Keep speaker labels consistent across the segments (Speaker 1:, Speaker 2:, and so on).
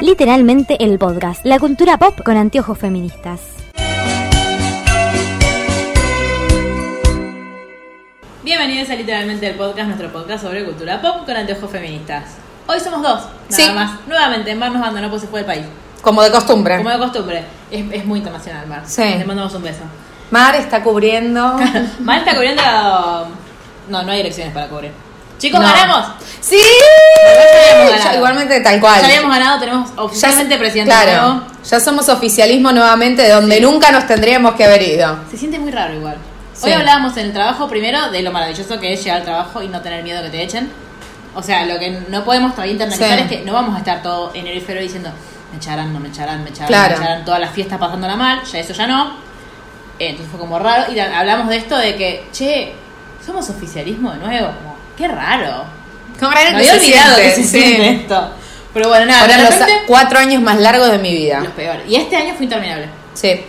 Speaker 1: literalmente el podcast, la cultura pop con anteojos feministas.
Speaker 2: Bienvenidos a literalmente el podcast, nuestro podcast sobre cultura pop con anteojos feministas. Hoy somos dos, nada
Speaker 3: Sí.
Speaker 2: más. Nuevamente, Mar nos abandonó porque se fue del país.
Speaker 3: Como de costumbre.
Speaker 2: Como de costumbre, es, es muy internacional, Mar.
Speaker 3: Sí.
Speaker 2: Le mandamos un beso.
Speaker 3: Mar está cubriendo.
Speaker 2: Mar está cubriendo. No, no hay elecciones para cubrir. Chicos,
Speaker 3: No.
Speaker 2: ganamos.
Speaker 3: ¡Sí!
Speaker 2: habíamos
Speaker 3: Ya,
Speaker 2: ganado.
Speaker 3: igualmente tal cual.
Speaker 2: Ya habíamos ganado, tenemos oficialmente
Speaker 3: se-
Speaker 2: presidente
Speaker 3: claro,
Speaker 2: nuevo.
Speaker 3: Ya somos oficialismo nuevamente de donde nunca nos tendríamos que haber ido.
Speaker 2: Se siente muy raro igual.
Speaker 3: Sí.
Speaker 2: Hoy hablábamos en el trabajo primero de lo maravilloso que es llegar al trabajo y no tener miedo que te echen. O sea, lo que no podemos todavía internalizar
Speaker 3: Sí.
Speaker 2: es que no vamos a estar todo enero y febrero diciendo me echarán, no me echarán, me echarán,
Speaker 3: Claro.
Speaker 2: me echarán, todas las fiestas pasándola mal, ya eso ya no. Eh, Entonces fue como raro. Y da- hablamos de esto de que, che, somos oficialismo de nuevo. Como, qué raro.
Speaker 3: Qué raro
Speaker 2: Me
Speaker 3: que
Speaker 2: había
Speaker 3: se
Speaker 2: olvidado
Speaker 3: siente,
Speaker 2: que se
Speaker 3: sí.
Speaker 2: siente esto. Pero bueno, nada,
Speaker 3: Fueron
Speaker 2: de
Speaker 3: los
Speaker 2: repente,
Speaker 3: cuatro años más largos de mi
Speaker 2: los
Speaker 3: vida.
Speaker 2: peores. Y este año fue interminable.
Speaker 3: Sí.
Speaker 2: Eh,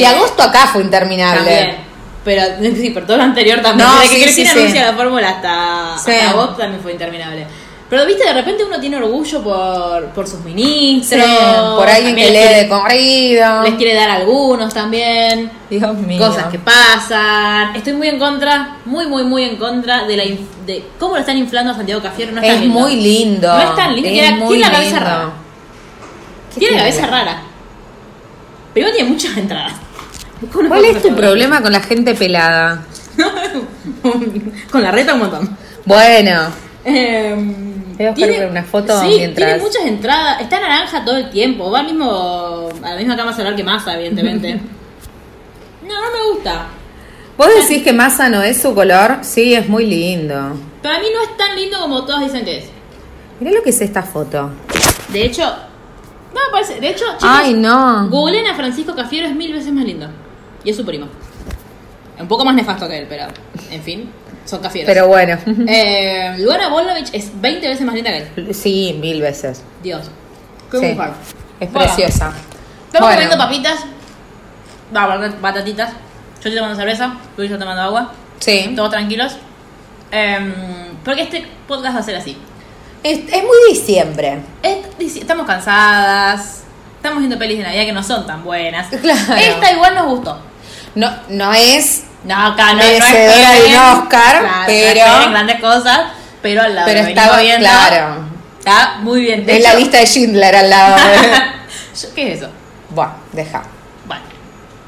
Speaker 3: de agosto acá fue interminable.
Speaker 2: También. Pero, sí, pero todo lo anterior también.
Speaker 3: No,
Speaker 2: Desde que
Speaker 3: sí,
Speaker 2: Cristina
Speaker 3: sí, sí.
Speaker 2: anuncia la fórmula hasta,
Speaker 3: Sí.
Speaker 2: hasta vos también fue interminable. Pero viste, de repente uno tiene orgullo por, por sus ministros.
Speaker 3: Sí, por
Speaker 2: también
Speaker 3: alguien
Speaker 2: les
Speaker 3: que lee de
Speaker 2: quiere,
Speaker 3: corrido.
Speaker 2: les quiere dar algunos también.
Speaker 3: Dios mío.
Speaker 2: Cosas que pasan. Estoy muy en contra, muy, muy, muy en contra de la inf- de cómo lo están inflando a Santiago Cafiero. No está
Speaker 3: es
Speaker 2: lindo.
Speaker 3: muy lindo.
Speaker 2: No es tan lindo.
Speaker 3: Es
Speaker 2: Tiene, la-
Speaker 3: muy
Speaker 2: tiene la cabeza
Speaker 3: lindo.
Speaker 2: rara.
Speaker 3: ¿Qué
Speaker 2: Tiene la cabeza rara. Primero tiene muchas entradas. ¿Cómo no
Speaker 3: ¿Cuál
Speaker 2: puedo
Speaker 3: es tu
Speaker 2: saber?
Speaker 3: problema con la gente pelada?
Speaker 2: Con la reta un montón.
Speaker 3: Bueno,
Speaker 2: Eh,
Speaker 3: Voy a buscar una foto
Speaker 2: sí,
Speaker 3: mientras-
Speaker 2: tiene muchas entradas. Está naranja todo el tiempo. Va al mismo, a la misma cama solar que Massa, evidentemente. no, no me gusta.
Speaker 3: vos decís que masa no es su color. Sí, es muy lindo.
Speaker 2: Para mí no es tan lindo como todos dicen que es.
Speaker 3: Mirá lo que es esta foto.
Speaker 2: De hecho, no parece. De hecho, chicos,
Speaker 3: Ay, no.
Speaker 2: googleen a Francisco Cafiero es mil veces más lindo. Y es su primo. Un poco más nefasto que él, pero en fin, son Cafieros.
Speaker 3: Pero bueno.
Speaker 2: Eh, Luana Bolovich es 20 veces más linda que él.
Speaker 3: Sí, mil veces.
Speaker 2: Dios.
Speaker 3: Sí.
Speaker 2: mujer.
Speaker 3: Es
Speaker 2: Bueno.
Speaker 3: preciosa.
Speaker 2: Estamos
Speaker 3: Bueno.
Speaker 2: comiendo papitas. Va, bat- batatitas. Yo estoy tomando cerveza, Luis está tomando agua.
Speaker 3: Sí.
Speaker 2: Todos tranquilos. Em, porque este podcast va a ser así.
Speaker 3: Es, es muy diciembre.
Speaker 2: Es- dice- Estamos cansadas. Estamos viendo pelis de Navidad que no son tan buenas.
Speaker 3: Claro.
Speaker 2: Esta igual nos gustó.
Speaker 3: No, no es,
Speaker 2: No, acá no, no
Speaker 3: Merecedora
Speaker 2: esperen.
Speaker 3: de un Oscar,
Speaker 2: Claro, no
Speaker 3: pero-
Speaker 2: esperen grandes cosas. Pero al lado
Speaker 3: pero
Speaker 2: lo venimos
Speaker 3: está
Speaker 2: viendo.
Speaker 3: claro.
Speaker 2: Está muy bien. De
Speaker 3: Es la
Speaker 2: hecho-
Speaker 3: lista de Schindler al lado. de-
Speaker 2: Yo- ¿Qué es eso?
Speaker 3: bueno, deja.
Speaker 2: Bueno,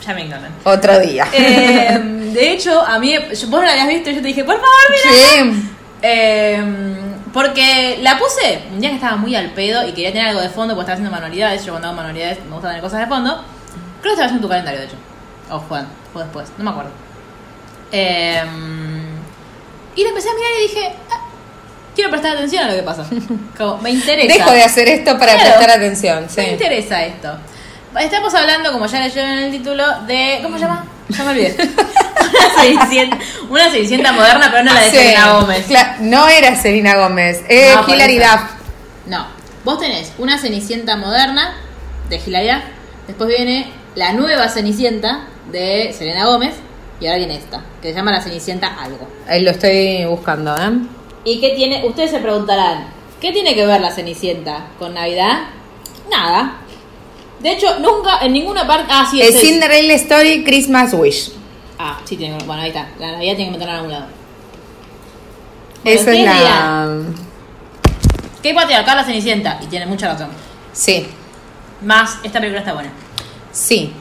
Speaker 2: ya me encantan.
Speaker 3: Otro día.
Speaker 2: Eh, de hecho, a mí, yo- vos no la habías visto y yo te dije, por favor, mira.
Speaker 3: Sí.
Speaker 2: Eh, porque la puse un día que estaba muy al pedo y quería tener algo de fondo porque estaba haciendo manualidades. Yo cuando hago manualidades me gusta tener cosas de fondo. Creo que estaba haciendo tu calendario, de hecho. O Juan, fue después, no me acuerdo. Eh, y la empecé a mirar y dije, "Ah, quiero prestar atención a lo que pasa. Como, me interesa.
Speaker 3: Dejo de hacer esto para
Speaker 2: Claro.
Speaker 3: prestar atención.
Speaker 2: Me
Speaker 3: Sí.
Speaker 2: interesa esto. Estamos hablando, como ya leyeron en el título, de. ¿Cómo se llama? Ya me olvidé. una, cenicienta, una Cenicienta moderna, pero no la de
Speaker 3: Sí.
Speaker 2: Selena Gómez.
Speaker 3: Cla- no era Selena Gómez, eh,
Speaker 2: No, por
Speaker 3: Hilary
Speaker 2: eso.
Speaker 3: Duff.
Speaker 2: No. Vos tenés una Cenicienta moderna de Hilary Duff, después viene la nueva Cenicienta de Selena Gómez, y ahora viene esta, que se llama la Cenicienta Algo.
Speaker 3: Ahí Eh, lo estoy buscando, ¿eh?
Speaker 2: ¿Y qué tiene? Ustedes se preguntarán, ¿qué tiene que ver la Cenicienta con Navidad? Nada. De hecho, nunca en ninguna parte. Ah, sí,
Speaker 3: Eh,
Speaker 2: es-
Speaker 3: Cinderella Story Christmas Wish.
Speaker 2: Ah, sí tiene que- Bueno, ahí está. La Navidad tiene que meterla en algún lado. Bueno,
Speaker 3: Esa es
Speaker 2: ¿ustedes
Speaker 3: la.
Speaker 2: dirán? ¿Qué patriarcal la Cenicienta? Y tiene mucha razón.
Speaker 3: Sí,
Speaker 2: Más, esta película está buena.
Speaker 3: sí.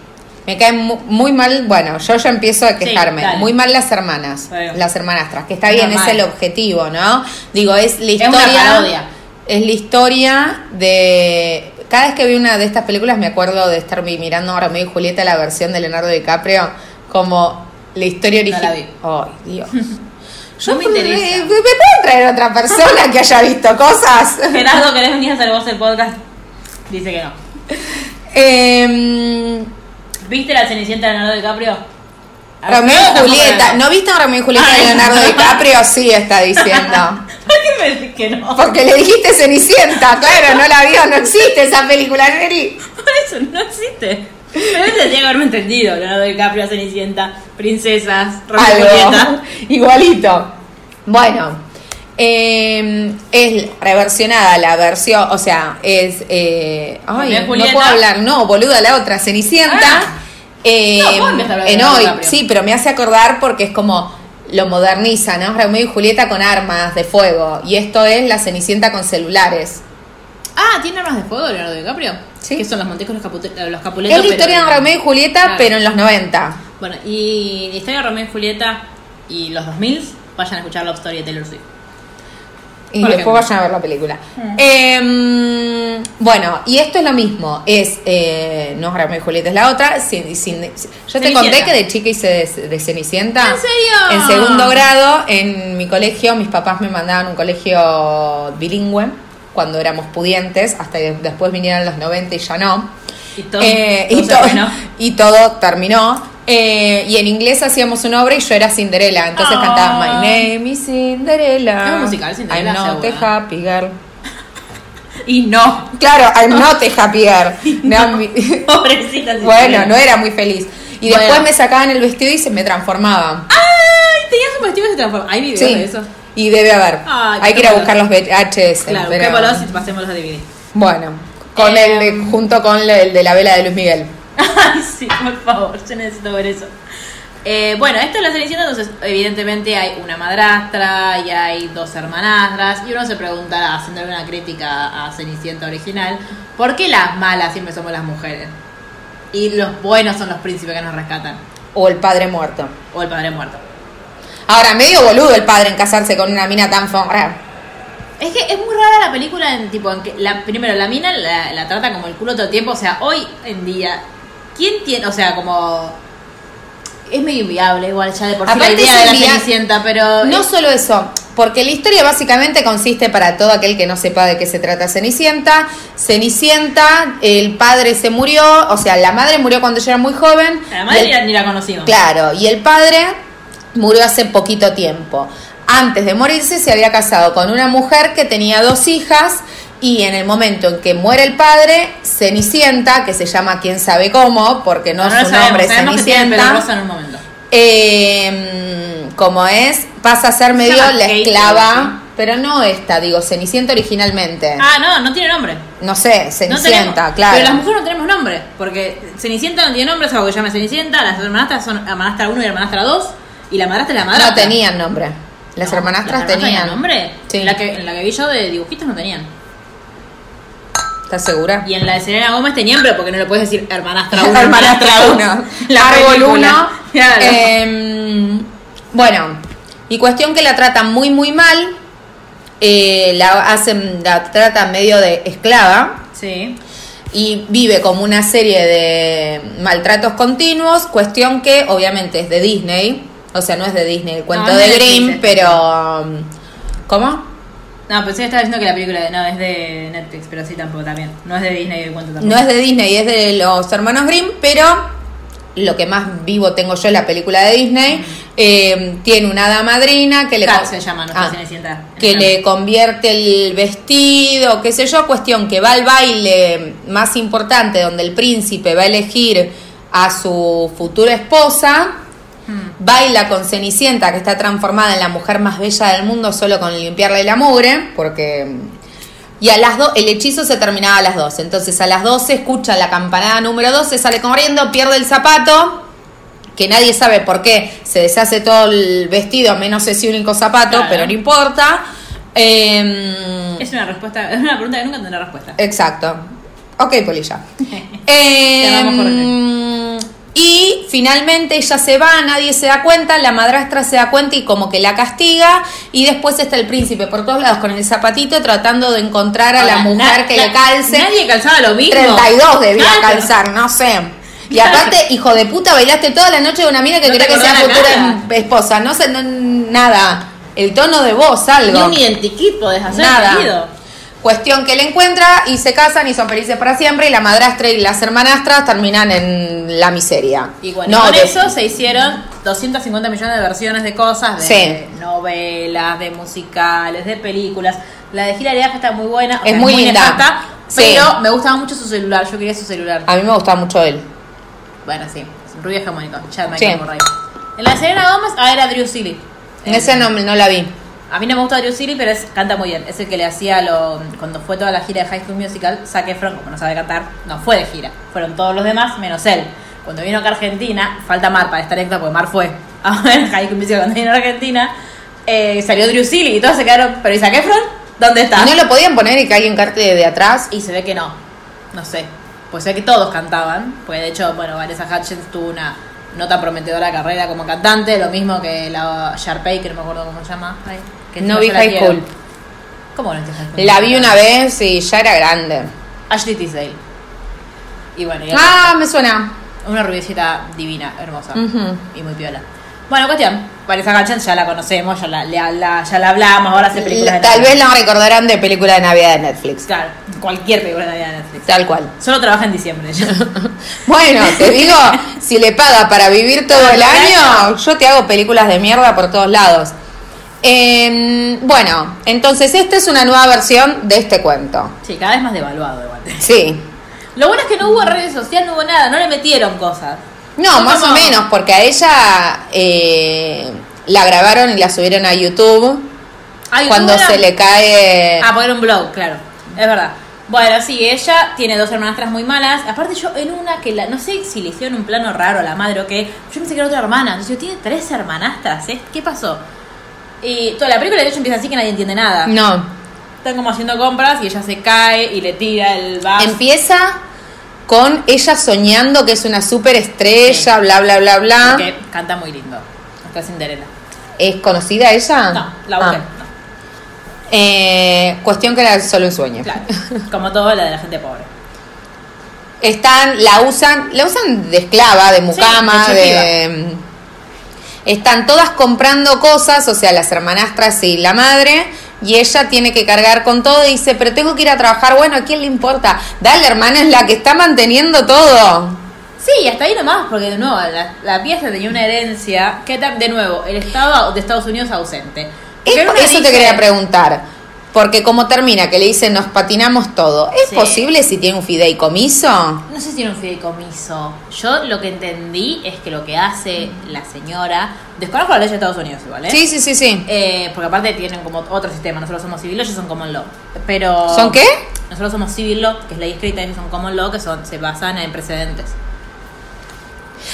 Speaker 3: Me caen mu- muy mal, bueno, yo ya empiezo a quejarme.
Speaker 2: Sí, dale.
Speaker 3: muy mal las hermanas,
Speaker 2: Está bien.
Speaker 3: las hermanastras, que está
Speaker 2: Es
Speaker 3: bien,
Speaker 2: normal.
Speaker 3: es el objetivo, ¿no? Digo, es la
Speaker 2: Es una
Speaker 3: historia.
Speaker 2: parodia.
Speaker 3: es la historia de. Cada vez que vi una de estas películas me acuerdo de estar vi- mirando ahora y Julieta la versión de Leonardo DiCaprio como la historia
Speaker 2: No la
Speaker 3: original. Ay, Dios.
Speaker 2: Yo me
Speaker 3: me,
Speaker 2: interesa.
Speaker 3: me- me pueden traer otra persona que haya visto cosas?
Speaker 2: Gerardo, ¿querés venir a hacer vos el podcast? Dice que no.
Speaker 3: Eh,
Speaker 2: ¿Viste la Cenicienta de Leonardo DiCaprio?
Speaker 3: Romeo y Julieta. ¿No viste a Romeo y Julieta
Speaker 2: Ay,
Speaker 3: de Leonardo
Speaker 2: no.
Speaker 3: DiCaprio? Sí, está diciendo.
Speaker 2: ¿Por qué me decís que no?
Speaker 3: Porque le dijiste Cenicienta, claro, no la vio, no existe esa película, Neri.
Speaker 2: Por eso no existe. Pero este tendría que haberme entendido. Leonardo DiCaprio, Cenicienta, princesas, Romeo y
Speaker 3: Algo.
Speaker 2: Julieta.
Speaker 3: Igualito. Bueno, Eh, es reversionada la versión, o sea, es. eh, ay,
Speaker 2: Romeo y
Speaker 3: no
Speaker 2: Julieta.
Speaker 3: puedo hablar, no, boluda, la otra, Cenicienta.
Speaker 2: Ah.
Speaker 3: eh,
Speaker 2: No, vos empezaste a hablar de
Speaker 3: en
Speaker 2: Leonardo
Speaker 3: hoy,
Speaker 2: DiCaprio.
Speaker 3: sí, pero me hace acordar porque es como lo moderniza, ¿no? Romeo y Julieta con armas de fuego. Y esto es la Cenicienta con celulares.
Speaker 2: Ah, ¿tiene armas de fuego Leonardo DiCaprio?
Speaker 3: Sí.
Speaker 2: Que son los Montecos, los, Caputo- eh, los Capuletos.
Speaker 3: Es la
Speaker 2: pero-
Speaker 3: historia de Romeo y Julieta,
Speaker 2: Claro.
Speaker 3: pero en los 90.
Speaker 2: Bueno, y la historia de Romeo y Julieta y los 2000, vayan a escuchar Love Story de Taylor Swift.
Speaker 3: Y
Speaker 2: Por
Speaker 3: después
Speaker 2: ejemplo. Mm.
Speaker 3: vayan a ver la película. Eh, bueno, y esto es lo mismo. Es, eh, no es Romeo y Julieta, es la otra. Cin- cin- yo te
Speaker 2: Cenicienta.
Speaker 3: conté que de chica hice de, de Cenicienta.
Speaker 2: ¿En serio?
Speaker 3: En segundo grado, en mi colegio, mis papás me mandaban a un colegio bilingüe cuando éramos pudientes, hasta que después vinieron los 90 y ya no.
Speaker 2: Y todo.
Speaker 3: Eh,
Speaker 2: todo
Speaker 3: y,
Speaker 2: se
Speaker 3: to-
Speaker 2: arruinó.
Speaker 3: y todo terminó. Eh, y en inglés hacíamos una obra y yo era Cinderella. Entonces
Speaker 2: Ah.
Speaker 3: cantaba My Name is Cinderella.
Speaker 2: Es un musical, Cinderella, ¿eh?
Speaker 3: I'm not
Speaker 2: sea
Speaker 3: a
Speaker 2: buena.
Speaker 3: happy girl.
Speaker 2: Y no.
Speaker 3: Claro, I'm not a happy girl. No, mi-
Speaker 2: Pobrecita.
Speaker 3: bueno, no era muy feliz. Y
Speaker 2: Bueno.
Speaker 3: después me sacaban el vestido y se me transformaban.
Speaker 2: ¡Ay! Tenías un vestido que se transformó. Hay videos
Speaker 3: sí.
Speaker 2: de eso. Ah,
Speaker 3: Y debe haber.
Speaker 2: Ay,
Speaker 3: Hay que ir a buscar
Speaker 2: qué
Speaker 3: los VHS.
Speaker 2: Claro,
Speaker 3: pero-
Speaker 2: busquémoslos y pasémoslos a DVD.
Speaker 3: Bueno, con
Speaker 2: Eh,
Speaker 3: el de- junto con el de la vela de Luis Miguel.
Speaker 2: Ay, sí, por favor, yo necesito ver eso. Eh, bueno, esto es la Cenicienta, entonces evidentemente hay una madrastra y hay dos hermanastras y uno se preguntará, haciendo alguna crítica a Cenicienta original, ¿por qué las malas siempre somos las mujeres? Y los buenos son los príncipes que nos rescatan,
Speaker 3: O el padre muerto.
Speaker 2: o el padre muerto.
Speaker 3: Ahora, medio boludo el padre en casarse con una mina tan forra.
Speaker 2: Es que es muy rara la película en tipo, en que la, primero la mina la, la trata como el culo todo el tiempo, o sea, hoy en día, ¿quién tiene, o sea, como... Es medio inviable igual ya de por sí la
Speaker 3: Aparte
Speaker 2: idea
Speaker 3: es
Speaker 2: de la
Speaker 3: invia-
Speaker 2: Cenicienta, pero...
Speaker 3: No solo eso, porque la historia básicamente consiste para todo aquel que no sepa de qué se trata Cenicienta. Cenicienta, el padre se murió, o sea, la madre murió cuando yo era muy joven.
Speaker 2: La
Speaker 3: y
Speaker 2: madre
Speaker 3: el-
Speaker 2: ni la, ni la conocimos.
Speaker 3: Claro, y el padre murió hace poquito tiempo. Antes de morirse se había casado con una mujer que tenía dos hijas y en el momento en que muere el padre, Cenicienta, que se llama quién sabe cómo, porque no,
Speaker 2: No, no
Speaker 3: es
Speaker 2: lo
Speaker 3: su
Speaker 2: sabemos,
Speaker 3: nombre,
Speaker 2: sabemos que tiene el
Speaker 3: Cenicienta,
Speaker 2: pelo rosa en un momento.
Speaker 3: eh, como es, pasa a ser medio
Speaker 2: llama
Speaker 3: la
Speaker 2: Kate,
Speaker 3: esclava,
Speaker 2: algo así.
Speaker 3: pero no esta, digo, Cenicienta originalmente.
Speaker 2: Ah, no, no tiene nombre.
Speaker 3: No sé,
Speaker 2: No
Speaker 3: Eh. Cenicienta,
Speaker 2: tenemos-
Speaker 3: claro.
Speaker 2: Pero las mujeres no tenemos nombre, porque Cenicienta no tiene nombre, salvo que se llame Cenicienta, las hermanastras son hermanastra 1 y hermanastra 2, y la madrastra es la madrastra.
Speaker 3: no tenían nombre. Las
Speaker 2: No,
Speaker 3: hermanastras
Speaker 2: tenían
Speaker 3: tenían.
Speaker 2: nombre?
Speaker 3: Sí.
Speaker 2: La que, en la que vi yo de dibujitos no tenían.
Speaker 3: ¿Estás segura?
Speaker 2: Y en la de Selena Gómez tenían, pero porque no le puedes decir hermanastra 1.
Speaker 3: Hermanastra 1. Árbol 1.
Speaker 2: Claro.
Speaker 3: Eh. Em, bueno, y cuestión que la tratan muy, muy mal. eh, la hacen, la tratan medio de esclava.
Speaker 2: Sí.
Speaker 3: y vive como una serie de maltratos continuos, cuestión que obviamente es de Disney, o sea, no es de Disney, el cuento
Speaker 2: No,
Speaker 3: de
Speaker 2: no es de
Speaker 3: Grimm,
Speaker 2: Disney.
Speaker 3: pero... um, ¿Cómo?
Speaker 2: No, pensé que estaba diciendo que la película de, no es de Netflix, pero sí tampoco también. No es de Disney el cuento tampoco.
Speaker 3: No es de Disney, es de los hermanos Grimm, pero lo que más vivo tengo yo es la película de Disney. Eh, tiene una hada madrina que le...
Speaker 2: Cat
Speaker 3: con-
Speaker 2: Mm. se llama, no
Speaker 3: Ah,
Speaker 2: sé si en
Speaker 3: que le convierte el vestido, qué sé yo, cuestión que va al baile más importante donde el príncipe va a elegir a su futura esposa,
Speaker 2: Hmm.
Speaker 3: baila con Cenicienta que está transformada en la mujer más bella del mundo solo con limpiarle la mugre, porque y a las do- el hechizo se terminaba a las 12. Entonces a las 12 escucha la campanada número 12, sale corriendo, pierde el zapato, que nadie sabe por qué, se deshace todo el vestido, menos ese único zapato,
Speaker 2: Claro.
Speaker 3: pero no importa. Em,
Speaker 2: Es una respuesta, es una pregunta que nunca tendrá respuesta.
Speaker 3: Exacto. Ok, Polilla. Eh,
Speaker 2: amamos,
Speaker 3: Em, y finalmente ella se va, nadie se da cuenta, la madrastra se da cuenta y como que la castiga. Y después está el príncipe por todos lados con el zapatito tratando de encontrar a la
Speaker 2: Ahora,
Speaker 3: mujer
Speaker 2: na-
Speaker 3: que
Speaker 2: na-
Speaker 3: le calce.
Speaker 2: Nadie calzaba lo mismo.
Speaker 3: 32 debía
Speaker 2: Claro.
Speaker 3: calzar, no sé. Y
Speaker 2: Claro.
Speaker 3: aparte, hijo de puta, bailaste toda la noche de una mina que
Speaker 2: No te
Speaker 3: quería que sea
Speaker 2: acordás
Speaker 3: futura
Speaker 2: nada.
Speaker 3: esposa. No sé, no- nada. El tono de voz,
Speaker 2: Ni
Speaker 3: algo.
Speaker 2: un identikit podés hacer,
Speaker 3: Nada.
Speaker 2: querido.
Speaker 3: Cuestión que él encuentra y se casan y son felices para siempre y la madrastra y las hermanastras terminan en la miseria.
Speaker 2: Y bueno,
Speaker 3: No,
Speaker 2: con
Speaker 3: de-
Speaker 2: eso se hicieron 250 millones de versiones de cosas, de
Speaker 3: Sí.
Speaker 2: novelas, de musicales, de películas. La de Hilary Duff está muy buena, o
Speaker 3: Es muy linda.
Speaker 2: nefasta,
Speaker 3: Sí. Ah.
Speaker 2: pero me gustaba mucho su celular, yo quería su celular.
Speaker 3: A mí me gustaba mucho él.
Speaker 2: Bueno, sí, rubio hegemónico, Chad
Speaker 3: Sí.
Speaker 2: Michael Murray. En la de Selena Gómez, ah, era Drew Seeley.
Speaker 3: En ese no, no la vi.
Speaker 2: A mí no me gusta Drew Seeley, pero es, canta muy bien. Es el que le hacía lo, cuando fue toda la gira de High School Musical, Zac Efron, como no sabe cantar, no fue de gira. Fueron todos los demás, menos él. Cuando vino acá a Argentina, falta Mar para estar exacta, porque Mar fue a ver High School Musical cuando vino a Argentina, eh, salió Drew Seeley y todos se quedaron, pero ¿y Zac Efron? ¿Dónde está?
Speaker 3: Y no lo podían poner y que alguien carte de atrás.
Speaker 2: Y se ve que no. No sé. Pues se ve que todos cantaban. Porque de hecho, bueno, Vanessa Hutchins tuvo una no tan prometedora carrera como cantante. Lo mismo que la Sharpay, que no me acuerdo cómo se llama. Ay, que
Speaker 3: No
Speaker 2: se
Speaker 3: vi
Speaker 2: la
Speaker 3: High
Speaker 2: quiero.
Speaker 3: School.
Speaker 2: ¿Cómo no viste High School?
Speaker 3: La vi una vez y ya era grande.
Speaker 2: Ashley Tisdale. Y bueno, y
Speaker 3: Ah, me suena.
Speaker 2: una rubiecita divina, hermosa.
Speaker 3: Ujú.
Speaker 2: Y muy piola. Bueno, cuestión. Vanessa Hutchins ya la conocemos, ya la, la- la- ya la hablamos, ahora hace películas de
Speaker 3: Tal
Speaker 2: Navidad.
Speaker 3: vez la recordarán de película de Navidad de Netflix.
Speaker 2: Claro, cualquier película de Navidad de Netflix.
Speaker 3: Tal cual.
Speaker 2: Solo trabaja en diciembre ella.
Speaker 3: Bueno, te digo, si le paga para vivir todo el año, yo te hago películas de mierda por todos lados. Em, bueno, entonces esta es una nueva versión de este cuento.
Speaker 2: Sí, cada vez más devaluado igual.
Speaker 3: Sí.
Speaker 2: Lo bueno es que no hubo redes sociales, no hubo nada, no le metieron cosas.
Speaker 3: No,
Speaker 2: Fue
Speaker 3: más
Speaker 2: como-
Speaker 3: o menos, porque a ella eh, la grabaron y la subieron a YouTube
Speaker 2: Ay,
Speaker 3: cuando
Speaker 2: ¿tuvo
Speaker 3: se
Speaker 2: una-
Speaker 3: le cae...
Speaker 2: Ah, poner un blog, claro. Es verdad. Bueno, sí, ella tiene dos hermanastras muy malas. Aparte yo en una que la... No sé si le hicieron un plano raro a la madre o qué. Yo pensé que era otra hermana. Entonces yo, tiene tres hermanastras, ¿eh? ¿Qué pasó? Y toda la película de hecho empieza así que nadie entiende nada.
Speaker 3: No,
Speaker 2: Están como haciendo compras y ella se cae y le tira el vaso.
Speaker 3: empieza con ella soñando que es una superestrella,
Speaker 2: Sí.
Speaker 3: bla, bla, bla, bla.
Speaker 2: Que canta muy lindo. Está Cinderella.
Speaker 3: ¿Es conocida ella?
Speaker 2: No, la busqué.
Speaker 3: Ah. Eh, cuestión que era solo un sueño.
Speaker 2: No, claro. Como todo la de la gente pobre.
Speaker 3: Están, la usan, la usan de esclava, de mucama,
Speaker 2: de
Speaker 3: de... Están todas comprando cosas, o sea, las hermanastras y la madre, y ella tiene que cargar con todo y dice, pero tengo que ir a trabajar, bueno, ¿a quién le importa? Dale, hermana, es la que está manteniendo todo.
Speaker 2: Sí, y hasta ahí nomás, porque de nuevo, la, la pieza tenía una herencia que ta- de nuevo, el Estado de Estados Unidos ausente.
Speaker 3: Es-
Speaker 2: Porque en una
Speaker 3: eso
Speaker 2: dice-
Speaker 3: te quería preguntar, porque como termina, que le dicen, nos patinamos todo, ¿es
Speaker 2: Sí.
Speaker 3: posible si tiene un fideicomiso?
Speaker 2: No sé si era un fideicomiso. Yo lo que entendí es que lo que hace la señora. Desconozco la ley de Estados Unidos igual, ¿eh?
Speaker 3: Sí, sí, sí, sí.
Speaker 2: Eh, porque aparte tienen como otro sistema. Nosotros somos civil law, ellos son common law. Pero.
Speaker 3: ¿Son qué?
Speaker 2: Nosotros somos civil law, que es ley escrita, ellos son common law, que son, se basan en precedentes.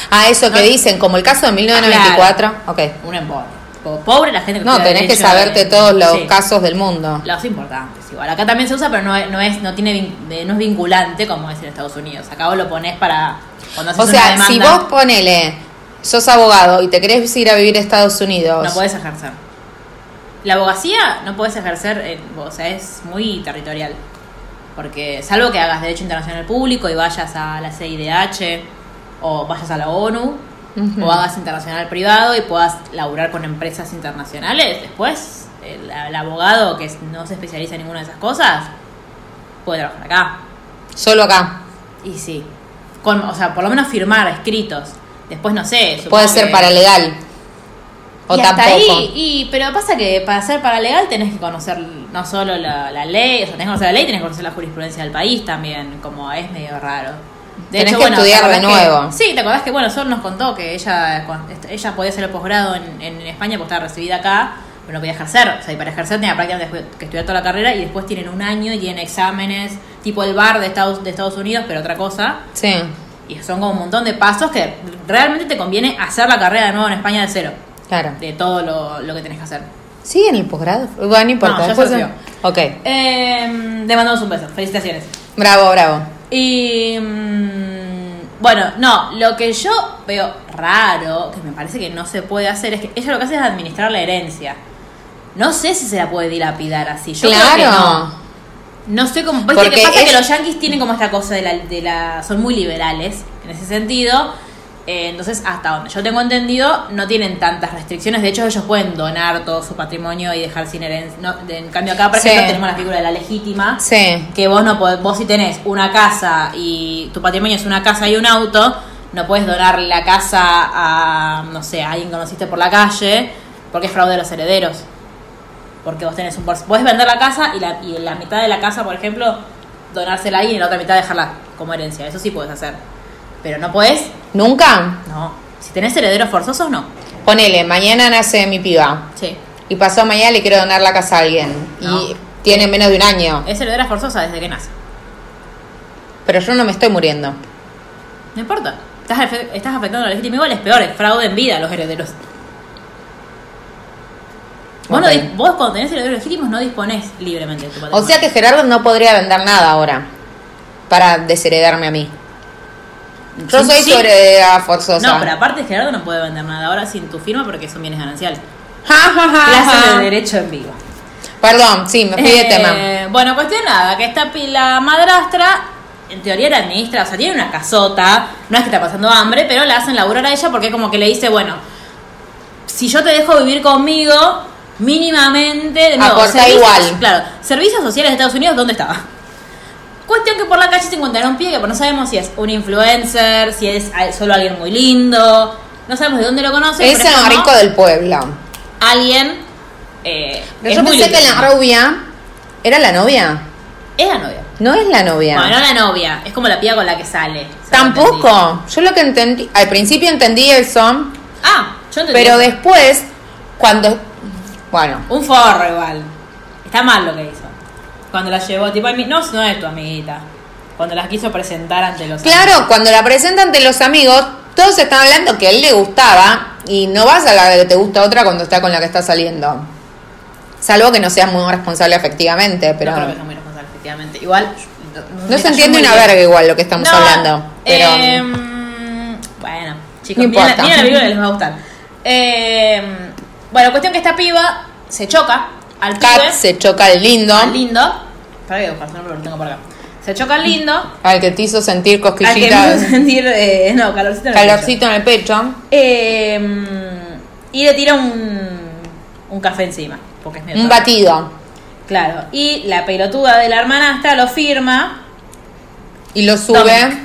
Speaker 3: Ah, eso que
Speaker 2: No.
Speaker 3: dicen, como el caso de 1994. Ok.
Speaker 2: Un emborro. Po- Pobre la gente que
Speaker 3: No,
Speaker 2: estudia
Speaker 3: tenés que
Speaker 2: derecho,
Speaker 3: saberte
Speaker 2: eh,
Speaker 3: todos los
Speaker 2: sí.
Speaker 3: casos del mundo.
Speaker 2: Los importantes, igual. Acá también se usa, pero no es, no es, no tiene vin- eh, no es vinculante como es en Estados Unidos. Acá vos lo pones para cuando haces
Speaker 3: O
Speaker 2: una
Speaker 3: sea,
Speaker 2: demanda,
Speaker 3: si vos ponele, sos abogado y te querés ir a vivir a Estados Unidos.
Speaker 2: no podés ejercer. La abogacía no podés ejercer, en- o sea, es muy territorial. Porque salvo que hagas derecho internacional público y vayas a la CIDH o vayas a la ONU
Speaker 3: Ujú.
Speaker 2: o hagas internacional privado y puedas laburar con empresas internacionales, después el, el abogado que no se especializa en ninguna de esas cosas puede trabajar acá.
Speaker 3: Solo acá.
Speaker 2: Y sí. Con, o sea, por lo menos firmar escritos. Después no sé. supongo
Speaker 3: Puede ser
Speaker 2: que-
Speaker 3: paralegal. O
Speaker 2: y hasta
Speaker 3: tampoco.
Speaker 2: ahí, y, pero pasa que para ser paralegal tenés que conocer no solo la, la ley, o sea, tenés que conocer la ley, tenés que conocer la jurisprudencia del país también, como es medio raro. De
Speaker 3: Tenés
Speaker 2: hecho,
Speaker 3: que
Speaker 2: bueno, ¿te
Speaker 3: estudiar de
Speaker 2: acordás que-
Speaker 3: nuevo.
Speaker 2: sí, te acordás que, bueno, Sol nos contó que ella, cuando- ella podía hacer el posgrado en, en España porque estaba recibida acá, pero no podía ejercer. O sea, y para ejercer tenía prácticamente que estudiar toda la carrera y después tienen un año y tienen exámenes, tipo el bar de Estados, de Estados Unidos, pero otra cosa.
Speaker 3: Sí.
Speaker 2: Y son como un montón de pasos que realmente te conviene hacer la carrera de nuevo en España de cero.
Speaker 3: Claro.
Speaker 2: De todo lo, lo que tenés que hacer.
Speaker 3: Sí, en el posgrado. Bueno, no importa.
Speaker 2: No, ya
Speaker 3: después-
Speaker 2: se dio.
Speaker 3: ok.
Speaker 2: Eh, le mandamos un beso. Felicitaciones.
Speaker 3: Bravo, bravo.
Speaker 2: Y. mm, bueno, no. Lo que yo veo raro, que me parece que no se puede hacer, es que ella lo que hace es administrar la herencia. No sé si se la puede dilapidar así. Yo creo que
Speaker 3: claro.
Speaker 2: no. No sé cómo. Viste
Speaker 3: Porque
Speaker 2: que pasa que
Speaker 3: es-
Speaker 2: los yanquis tienen como esta cosa de la, de la. Son muy liberales en ese sentido. Eh, entonces, hasta donde yo tengo entendido, no tienen tantas restricciones. De hecho, ellos pueden donar todo su patrimonio y dejar sin herencia. No, de- en cambio, acá, por
Speaker 3: Sí.
Speaker 2: ejemplo, tenemos la figura de la legítima.
Speaker 3: Sí.
Speaker 2: Que vos no podés, vos si tenés una casa y tu patrimonio es una casa y un auto, no puedes donar la casa a, no sé, a alguien que conociste por la calle, porque es fraude de los herederos. Porque vos tenés un por- podés vender la casa y la, y la mitad de la casa, por ejemplo, donársela a alguien y la otra mitad dejarla como herencia. Eso sí puedes hacer. Pero no podés,
Speaker 3: ¿Nunca?
Speaker 2: no. Si tenés herederos forzosos, no.
Speaker 3: Ponele, mañana nace mi piba.
Speaker 2: Sí.
Speaker 3: y pasó mañana le quiero donar la casa a alguien.
Speaker 2: No.
Speaker 3: Y tiene menos de un año.
Speaker 2: Es heredera forzosa desde que nace.
Speaker 3: Pero yo no me estoy muriendo.
Speaker 2: No importa. Estás, afe- estás afectando a la legítima. Igual es peor, es fraude en vida a los herederos. Vos, no
Speaker 3: Ok.
Speaker 2: dis- vos cuando tenés herederos legítimos no disponés libremente de tu
Speaker 3: O
Speaker 2: patrimonio.
Speaker 3: sea que Gerardo no podría vender nada ahora para desheredarme a mí. Yo
Speaker 2: Sí,
Speaker 3: soy
Speaker 2: sí.
Speaker 3: su heredera forzosa.
Speaker 2: No, pero aparte Gerardo no puede vender nada ahora sin tu firma porque son bienes gananciales.
Speaker 3: Ja, ja, ja,
Speaker 2: Clase
Speaker 3: ja.
Speaker 2: de derecho en vivo.
Speaker 3: Perdón, sí, me fui de
Speaker 2: Eh,
Speaker 3: tema.
Speaker 2: Bueno, cuestión nada, que esta pi- la madrastra, en teoría la administra, o sea, tiene una casota, no es que está pasando hambre, pero la hacen laburar a ella porque como que le dice, bueno, si yo te dejo vivir conmigo, mínimamente, de nuevo,
Speaker 3: Aporta igual.
Speaker 2: Claro, servicios sociales de Estados Unidos, ¿dónde estaba? Cuestión que por la calle se encontraron un pie que pues, no sabemos si es un influencer, si es al- solo alguien muy lindo, no sabemos de dónde lo conoce.
Speaker 3: Es San Rico del Pueblo.
Speaker 2: Alguien... eh,
Speaker 3: Pero
Speaker 2: es
Speaker 3: yo
Speaker 2: muy
Speaker 3: pensé
Speaker 2: lindo.
Speaker 3: que la rubia era la novia.
Speaker 2: Es la novia.
Speaker 3: No es la novia.
Speaker 2: Bueno, la novia, es como la piba con la que sale. ¿sabes?
Speaker 3: Tampoco. Yo lo que entendí, al principio entendí eso,
Speaker 2: Ah, yo entendí.
Speaker 3: pero después, cuando... Bueno,
Speaker 2: Un forro igual. Está mal lo que hizo. Cuando la llevó, tipo, "Ay, mi- no, no es tu amiguita. Cuando las quiso presentar ante los
Speaker 3: Claro, cuando la presenta ante los amigos, todos están hablando que a él le gustaba y no vas a la que te gusta otra cuando está con la que está saliendo. Salvo que no seas muy responsable afectivamente,
Speaker 2: Pero
Speaker 3: pero
Speaker 2: no creo que
Speaker 3: no,
Speaker 2: sea muy responsable, efectivamente. Igual. me
Speaker 3: se
Speaker 2: cayó
Speaker 3: entiende
Speaker 2: muy
Speaker 3: una
Speaker 2: bien.
Speaker 3: verga igual lo que estamos
Speaker 2: No,
Speaker 3: hablando. Pero
Speaker 2: em, bueno, chicos,
Speaker 3: No
Speaker 2: miren la,
Speaker 3: importa.
Speaker 2: miren la película que les va a gustar. Em, bueno, cuestión que esta piba se choca al pibe.
Speaker 3: Kat se choca al lindo,
Speaker 2: al lindo. Para que buscar su nombre, lo tengo por acá. Se choca al lindo.
Speaker 3: al que te hizo sentir
Speaker 2: Al que me hizo
Speaker 3: cosquillitas,
Speaker 2: sentir, eh, no, calorcito. en el pecho.
Speaker 3: calorcito en el pecho.
Speaker 2: Eh, mm, y le tira un, un café encima, porque es medio
Speaker 3: Un
Speaker 2: tarde.
Speaker 3: batido.
Speaker 2: Claro. Y la pelotuda de la hermanastra lo firma
Speaker 3: Y lo sube.
Speaker 2: Dominic.